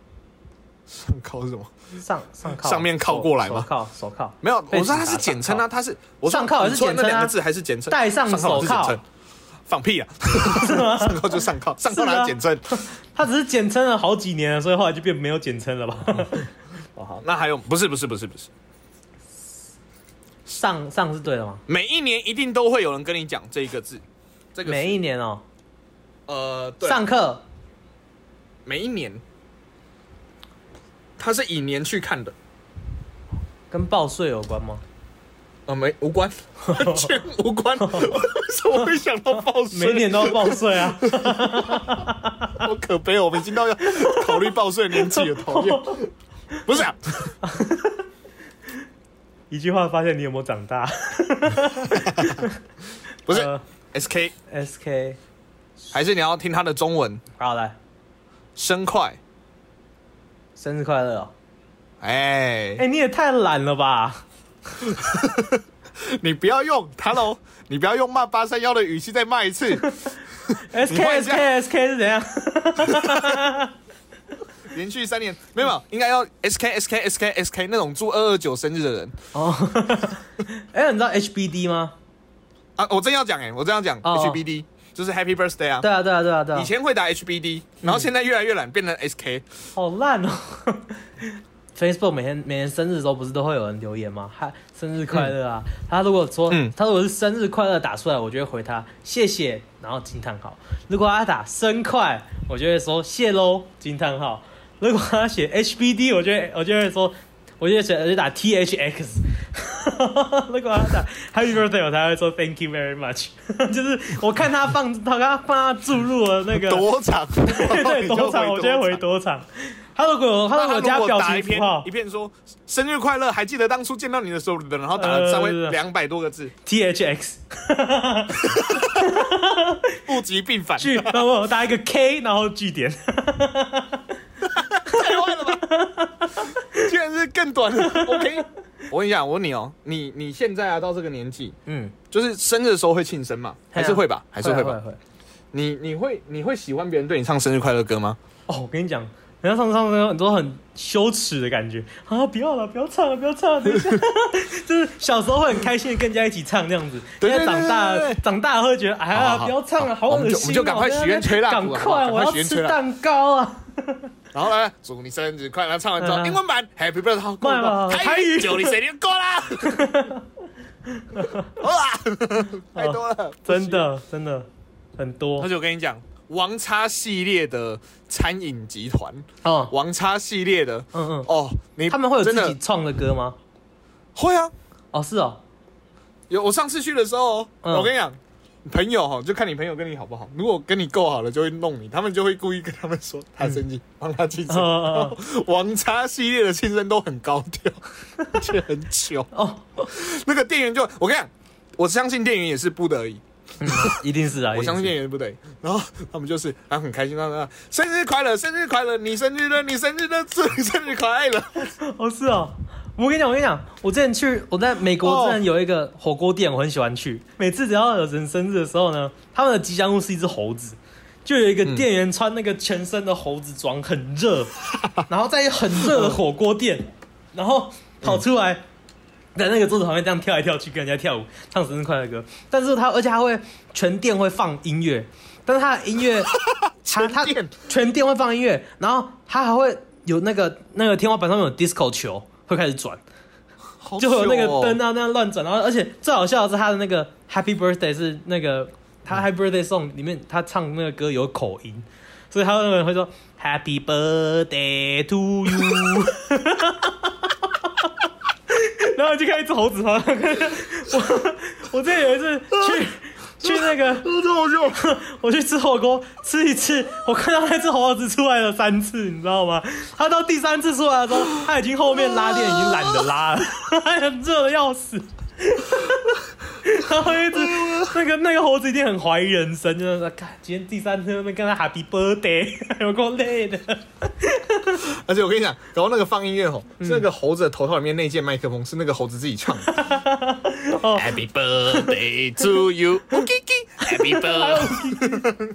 Speaker 1: 靠是什么？
Speaker 2: 上上靠，
Speaker 1: 上面靠过来
Speaker 2: 手
Speaker 1: 吗
Speaker 2: 手铐，手铐，
Speaker 1: 没有，
Speaker 2: 被
Speaker 1: 我说它
Speaker 2: 警察
Speaker 1: 是简称
Speaker 2: 上
Speaker 1: 啊，
Speaker 2: 铐。
Speaker 1: 它是我说
Speaker 2: 上铐也是
Speaker 1: 你说的
Speaker 2: 简称啊
Speaker 1: 那两个字还是简称，
Speaker 2: 戴上
Speaker 1: 铐
Speaker 2: 手
Speaker 1: 是
Speaker 2: 铐
Speaker 1: 简称，放屁 啊！ 上铐就上铐，上铐
Speaker 2: 是啊
Speaker 1: 哪是简称？
Speaker 2: 他只是简称了好几年了，所以后来就变没有简称了
Speaker 1: 嗯
Speaker 2: 吧？哦好，
Speaker 1: 那还有不是不是不是不是，
Speaker 2: 上上是对的吗？
Speaker 1: 每一年一定都会有人跟你讲这个字，这个是
Speaker 2: 每一年哦、
Speaker 1: 呃对
Speaker 2: 上课
Speaker 1: 每一年，它是以年去看的，
Speaker 2: 跟报税有关吗？
Speaker 1: 呃没无关，完全无关，为什么会想到报税？
Speaker 2: 每一年都要报税啊！
Speaker 1: 好可悲哦，我们已经到要考虑报税的年纪了，讨 厌。不是、啊，
Speaker 2: 一句话发现你有没有长大？
Speaker 1: 不
Speaker 2: 不
Speaker 1: 是、SK，
Speaker 2: 呃 s k
Speaker 1: 还是你要听它的中文
Speaker 2: 好来，
Speaker 1: 生快？
Speaker 2: 生日快乐、哦！
Speaker 1: 哎、
Speaker 2: 哎、你也太懒了吧！
Speaker 1: 你不要用 Hello，你不要用骂八三幺的语气再骂一次，
Speaker 2: S
Speaker 1: 你
Speaker 2: K
Speaker 1: 换一
Speaker 2: S
Speaker 1: 下
Speaker 2: K S K 是怎样？
Speaker 1: 连续三年没有，应该要 S K S K S K S K 那种祝二二九生日的人
Speaker 2: 哦， 哎、你知道 HBD 吗？
Speaker 1: 啊！我真要讲哎、我真要讲、
Speaker 2: 哦
Speaker 1: HBD，就是 Happy Birthday 啊。
Speaker 2: 对啊，对啊，对啊，对啊，嗯
Speaker 1: 以前会打 HBD，然后现在越来越懒，变成 SK。
Speaker 2: 好烂哦、Facebook 每天每年生日的时候不是都会有人留言吗？他生日快乐啊！他如果说、
Speaker 1: 嗯
Speaker 2: 他如果是生日快乐打出来，我就会回他谢谢，然后惊叹号。如果他打生快，我就会说谢喽惊叹号。如果他写 HBD，我就会我就会说，我就会写我就打 THX。如果他打 Happy Birthday，我才会说 Thank you very much。就是 我看他放他他放他注入了那个
Speaker 1: 多长？
Speaker 2: 啊 对，多场我
Speaker 1: 你
Speaker 2: 觉得回多场。他如果有他如果有加表
Speaker 1: 打一
Speaker 2: 情
Speaker 1: 篇
Speaker 2: 符号
Speaker 1: 一片说生日快乐，还记得当初见到你的时候，然后打了三位
Speaker 2: 呃
Speaker 1: 两百多个字，
Speaker 2: T H X
Speaker 1: 物极必反，
Speaker 2: 句，然后我打一个 K，然后句点。
Speaker 1: 太坏了吧？ 竟然是更短了。OK，我跟你讲，我问你哦，你你现在啊到这个年纪，
Speaker 2: 嗯，
Speaker 1: 就是生日的时候会庆生嘛？还是会吧？还是会吧？
Speaker 2: 啊会。
Speaker 1: 你你会你会喜欢别人对你唱生日快乐歌吗？
Speaker 2: 哦，我跟你讲，人家上上上很多很羞耻的感觉啊！不要了，不要唱了，不要唱 了，等一下。就是小时候会很开心的跟人家一起唱那样子，
Speaker 1: 对
Speaker 2: 现
Speaker 1: 对
Speaker 2: 在
Speaker 1: 对
Speaker 2: 长大
Speaker 1: 对对
Speaker 2: 了长大了会觉得哎
Speaker 1: 好好
Speaker 2: 呀，
Speaker 1: 好
Speaker 2: 不要唱了，
Speaker 1: 好
Speaker 2: 好
Speaker 1: 我
Speaker 2: 恶
Speaker 1: 们就
Speaker 2: 心哦。
Speaker 1: 我们就赶快许愿吹蜡烛啊好
Speaker 2: 赶
Speaker 1: 不好赶
Speaker 2: 快，
Speaker 1: 快
Speaker 2: 我要
Speaker 1: 许愿
Speaker 2: 吃
Speaker 1: 吹蜡烛
Speaker 2: 蛋糕啊！
Speaker 1: 然后呢，祝你生日快乐，唱完之后
Speaker 2: 嗯
Speaker 1: 英文版 Happy Birthday，好过
Speaker 2: 慢
Speaker 1: 吧
Speaker 2: 了
Speaker 1: 台语
Speaker 2: 台语
Speaker 1: 九零谁年过啦？ 哇，太多了，
Speaker 2: 真的真的很
Speaker 1: 而
Speaker 2: 多
Speaker 1: 且我跟你讲，王叉系列的餐饮集团，
Speaker 2: 哦，
Speaker 1: 王叉系列的，
Speaker 2: 嗯嗯。
Speaker 1: 哦，你
Speaker 2: 他们会有自
Speaker 1: 真
Speaker 2: 己
Speaker 1: 的
Speaker 2: 创的歌吗？
Speaker 1: 会啊？
Speaker 2: 哦，是哦，
Speaker 1: 有我上次去的时候哦，
Speaker 2: 嗯
Speaker 1: 我跟你讲。朋友哈，就看你朋友跟你好不好。如果跟你够好了，就会弄你，他们就会故意跟他们说他生
Speaker 2: 嗯
Speaker 1: 气，帮、他庆生。
Speaker 2: 哦哦
Speaker 1: 王叉系列的庆生都很高 调，而且很糗。
Speaker 2: 哦，
Speaker 1: 那个店员就我跟你讲，我相信店员也是不得已，
Speaker 2: 一定是啊，
Speaker 1: 我相信
Speaker 2: 一定
Speaker 1: 店
Speaker 2: 是
Speaker 1: 员不得已。然后他们就是啊很开心，他们啊生日快乐，生日快乐，你生日了，你生日了，祝你生日快乐。
Speaker 2: 哦，是哦。我跟你讲，我跟你讲，我之前去我在美
Speaker 1: 哦
Speaker 2: 国，之前有一个火锅店，我很喜欢去。每次只要有人生日的时候呢，他们的吉祥物是一只猴子，就有一个店员穿那个全身的猴子装，很热，然后在很热的火锅店，然后跑出来，在那个桌子旁边这样跳来跳去，跟人家跳舞，唱生日快乐歌。但是他而且他会全店会放音乐，但是他的音乐他他
Speaker 1: 全店
Speaker 2: 全店会放音乐，然后他还会有那个那个天花板上面有 disco 球会开始转，
Speaker 1: 好
Speaker 2: 就有那个
Speaker 1: 糗哦
Speaker 2: 灯啊那样乱转，然后而且最好笑的是他的那个 Happy Birthday 是那个他
Speaker 1: 嗯
Speaker 2: Happy Birthday song 里面他唱那个歌有口音，所以他们会说 Happy Birthday to you，然后就看一只猴子跑，我我之前有一次去去那个。
Speaker 1: 好哦好笑。
Speaker 2: 我去吃火锅，吃一次，我看到那只猴子出来了三次，你知道吗？它到第三次出来的时候，它已经后面拉链已经懒得拉了， 它很热的要死。 然后一直那个那个猴子一定很怀疑人生，就是说，看今天第三天跟他 Happy Birthday，有 够累的。
Speaker 1: 而且我跟你讲，然后那个放音乐吼，是那个猴子的头套里面那件麦克风是那个猴子自己唱的。
Speaker 2: 哦
Speaker 1: Happy birthday to you, Happy
Speaker 2: 还有
Speaker 1: birthday，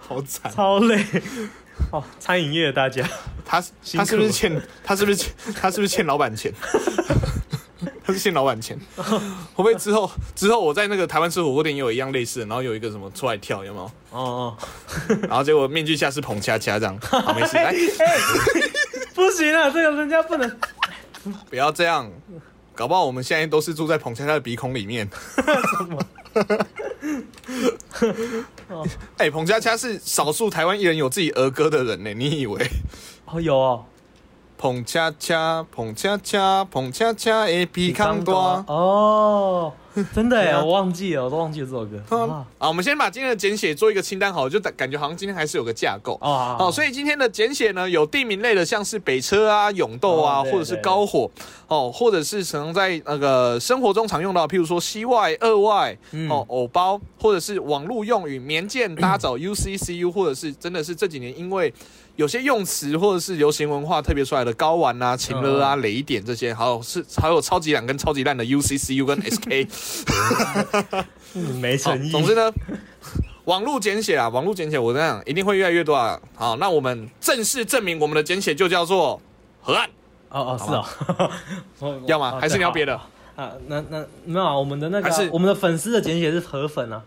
Speaker 1: 好惨。
Speaker 2: 超累。哦，餐饮业大家，
Speaker 1: 他
Speaker 2: 辛
Speaker 1: 他
Speaker 2: 苦
Speaker 1: 是不是欠他是不是欠他是不是欠老板钱？ 他是欠老板钱，会不会之后之后我在那个台湾吃火锅店也有一样类似的，然后有一个什么出来跳有没有？
Speaker 2: 哦哦，
Speaker 1: 然后结果面具下是彭恰恰这样，好没事，来
Speaker 2: 哎不行啊，这个人家不能。
Speaker 1: 不要这样，搞不好我们现在都是住在彭恰恰的鼻孔里面。哎、彭恰恰是少数台湾艺人有自己儿歌的人呢、你以为？
Speaker 2: 哦，有哦，
Speaker 1: 彭恰恰，彭恰恰，彭恰恰的鼻啊孔大。
Speaker 2: 哦，真的
Speaker 1: 对
Speaker 2: 耶，
Speaker 1: 啊
Speaker 2: 我忘记了，我都忘记了这首歌。
Speaker 1: 啊
Speaker 2: 啊，
Speaker 1: 我们先把今天的简写做一个清单好了，就感觉好像今天还是有个架构。
Speaker 2: 哦好好
Speaker 1: 好，所以今天的简写呢，有地名类的，像是北车啊、永豆啊，
Speaker 2: 哦对
Speaker 1: 或者是高火哦，或者是常在那个生活中常用到，譬如说西外、二外、
Speaker 2: 嗯
Speaker 1: 哦、偶包，或者是网络用语、棉剑、搭找 UCCU，或者是真的是这几年因为有些用词或者是流行文化特别出来的高玩啊、情乐
Speaker 2: 哦
Speaker 1: 啊、雷点这些，还有是还有超级懒跟超级烂的 UCCU 跟 SK。
Speaker 2: 嗯没
Speaker 1: 好
Speaker 2: 诚意。
Speaker 1: 总之呢， 网络简写啊，网络简写，我这样一定会越来越多啊。好，那我们正式证明我们的简写就叫做河岸，
Speaker 2: 哦哦，是哦， 我
Speaker 1: 要吗？
Speaker 2: 哦
Speaker 1: 还是你要别
Speaker 2: 对
Speaker 1: 的
Speaker 2: 好啊？那那没有啊，我们的那个
Speaker 1: 还是
Speaker 2: 啊我们的粉丝的简写是河粉啊。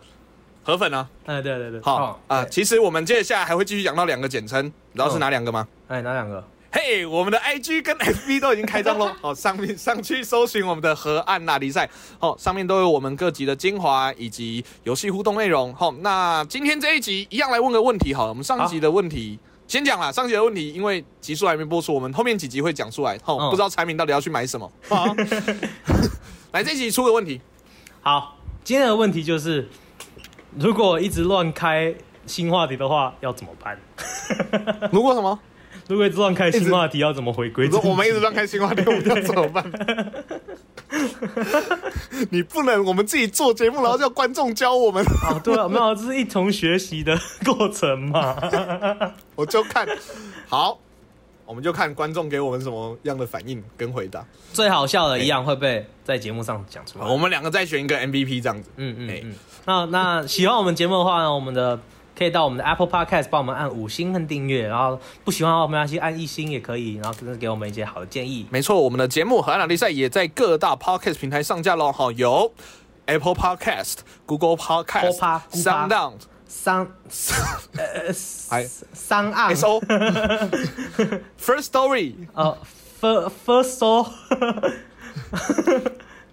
Speaker 1: 河粉呢？
Speaker 2: 哎，对对对，
Speaker 1: 好
Speaker 2: 哦
Speaker 1: 啊，
Speaker 2: 对
Speaker 1: 其实我们接下来还会继续讲到两个简称，你知道是哪两个吗？
Speaker 2: 哎，哪两个？
Speaker 1: 嘿我们的 IG 跟 FB 都已经开张 喽。好，上面上去搜寻我们的河岸拉力赛，好，上面都有我们各集的精华以及游戏互动内容。好，那今天这一集一样来问个问题好了，我们上一集的问题。先讲啦，上集的问题，因为集数还没播出，我们后面几集会讲出来。吼，
Speaker 2: 嗯
Speaker 1: 不知道产品到底要去买什么。好， 来这集出个问题，
Speaker 2: 好，今天的问题就是，如果一直乱开新话题的话，要怎么办？
Speaker 1: 如果什么？
Speaker 2: 如果一直乱开
Speaker 1: 一直
Speaker 2: 新话题，要怎么回归
Speaker 1: 你说
Speaker 2: 正 题？
Speaker 1: 我们一直乱开新花店，我们要怎么 办？你不能我们自己做节目，然后叫观众教我们，
Speaker 2: 啊，对啊，没有，这是一同学习的 过程 嘛。
Speaker 1: 我就看好，我们就看观众给我们什么样的反应跟回答。
Speaker 2: 最好笑的一样会被在节目上讲出来。
Speaker 1: 好我们两个再选一个 MVP 这样子。
Speaker 2: 嗯嗯
Speaker 1: 哎
Speaker 2: 嗯。那那喜欢我们节目的话呢，我们的可以到我们的 Apple Podcast 帮我们按五星和订阅，然后不喜欢的话没关系，按一星也可以，然后给我们一些好的建议。
Speaker 1: 没错，我们的节目《荷兰比赛》也在各大 podcast 平台上架喽，哈，有 Apple Podcast、Google Podcast、
Speaker 2: Popa Goopa
Speaker 1: Sound、
Speaker 2: 三呃
Speaker 1: 哎
Speaker 2: 三岸
Speaker 1: SO、First Story、
Speaker 2: 呃 first first so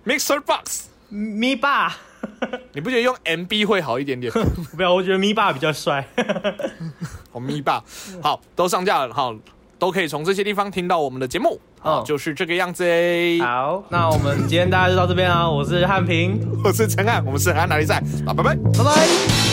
Speaker 1: Mixer Box。
Speaker 2: 咪 爸，
Speaker 1: 你不觉得用 MB 会好一点点？
Speaker 2: 不要，我觉得咪爸比较帅。
Speaker 1: 好咪吧，好，都上架了，好，都可以从这些地方听到我们的节目，好，
Speaker 2: 嗯
Speaker 1: 就是这个样子诶。
Speaker 2: 好，那我们今天大家就到这边啊，我是汉平，
Speaker 1: 我是陈汉，我们是安哪里赛，好，拜拜。
Speaker 2: 拜拜。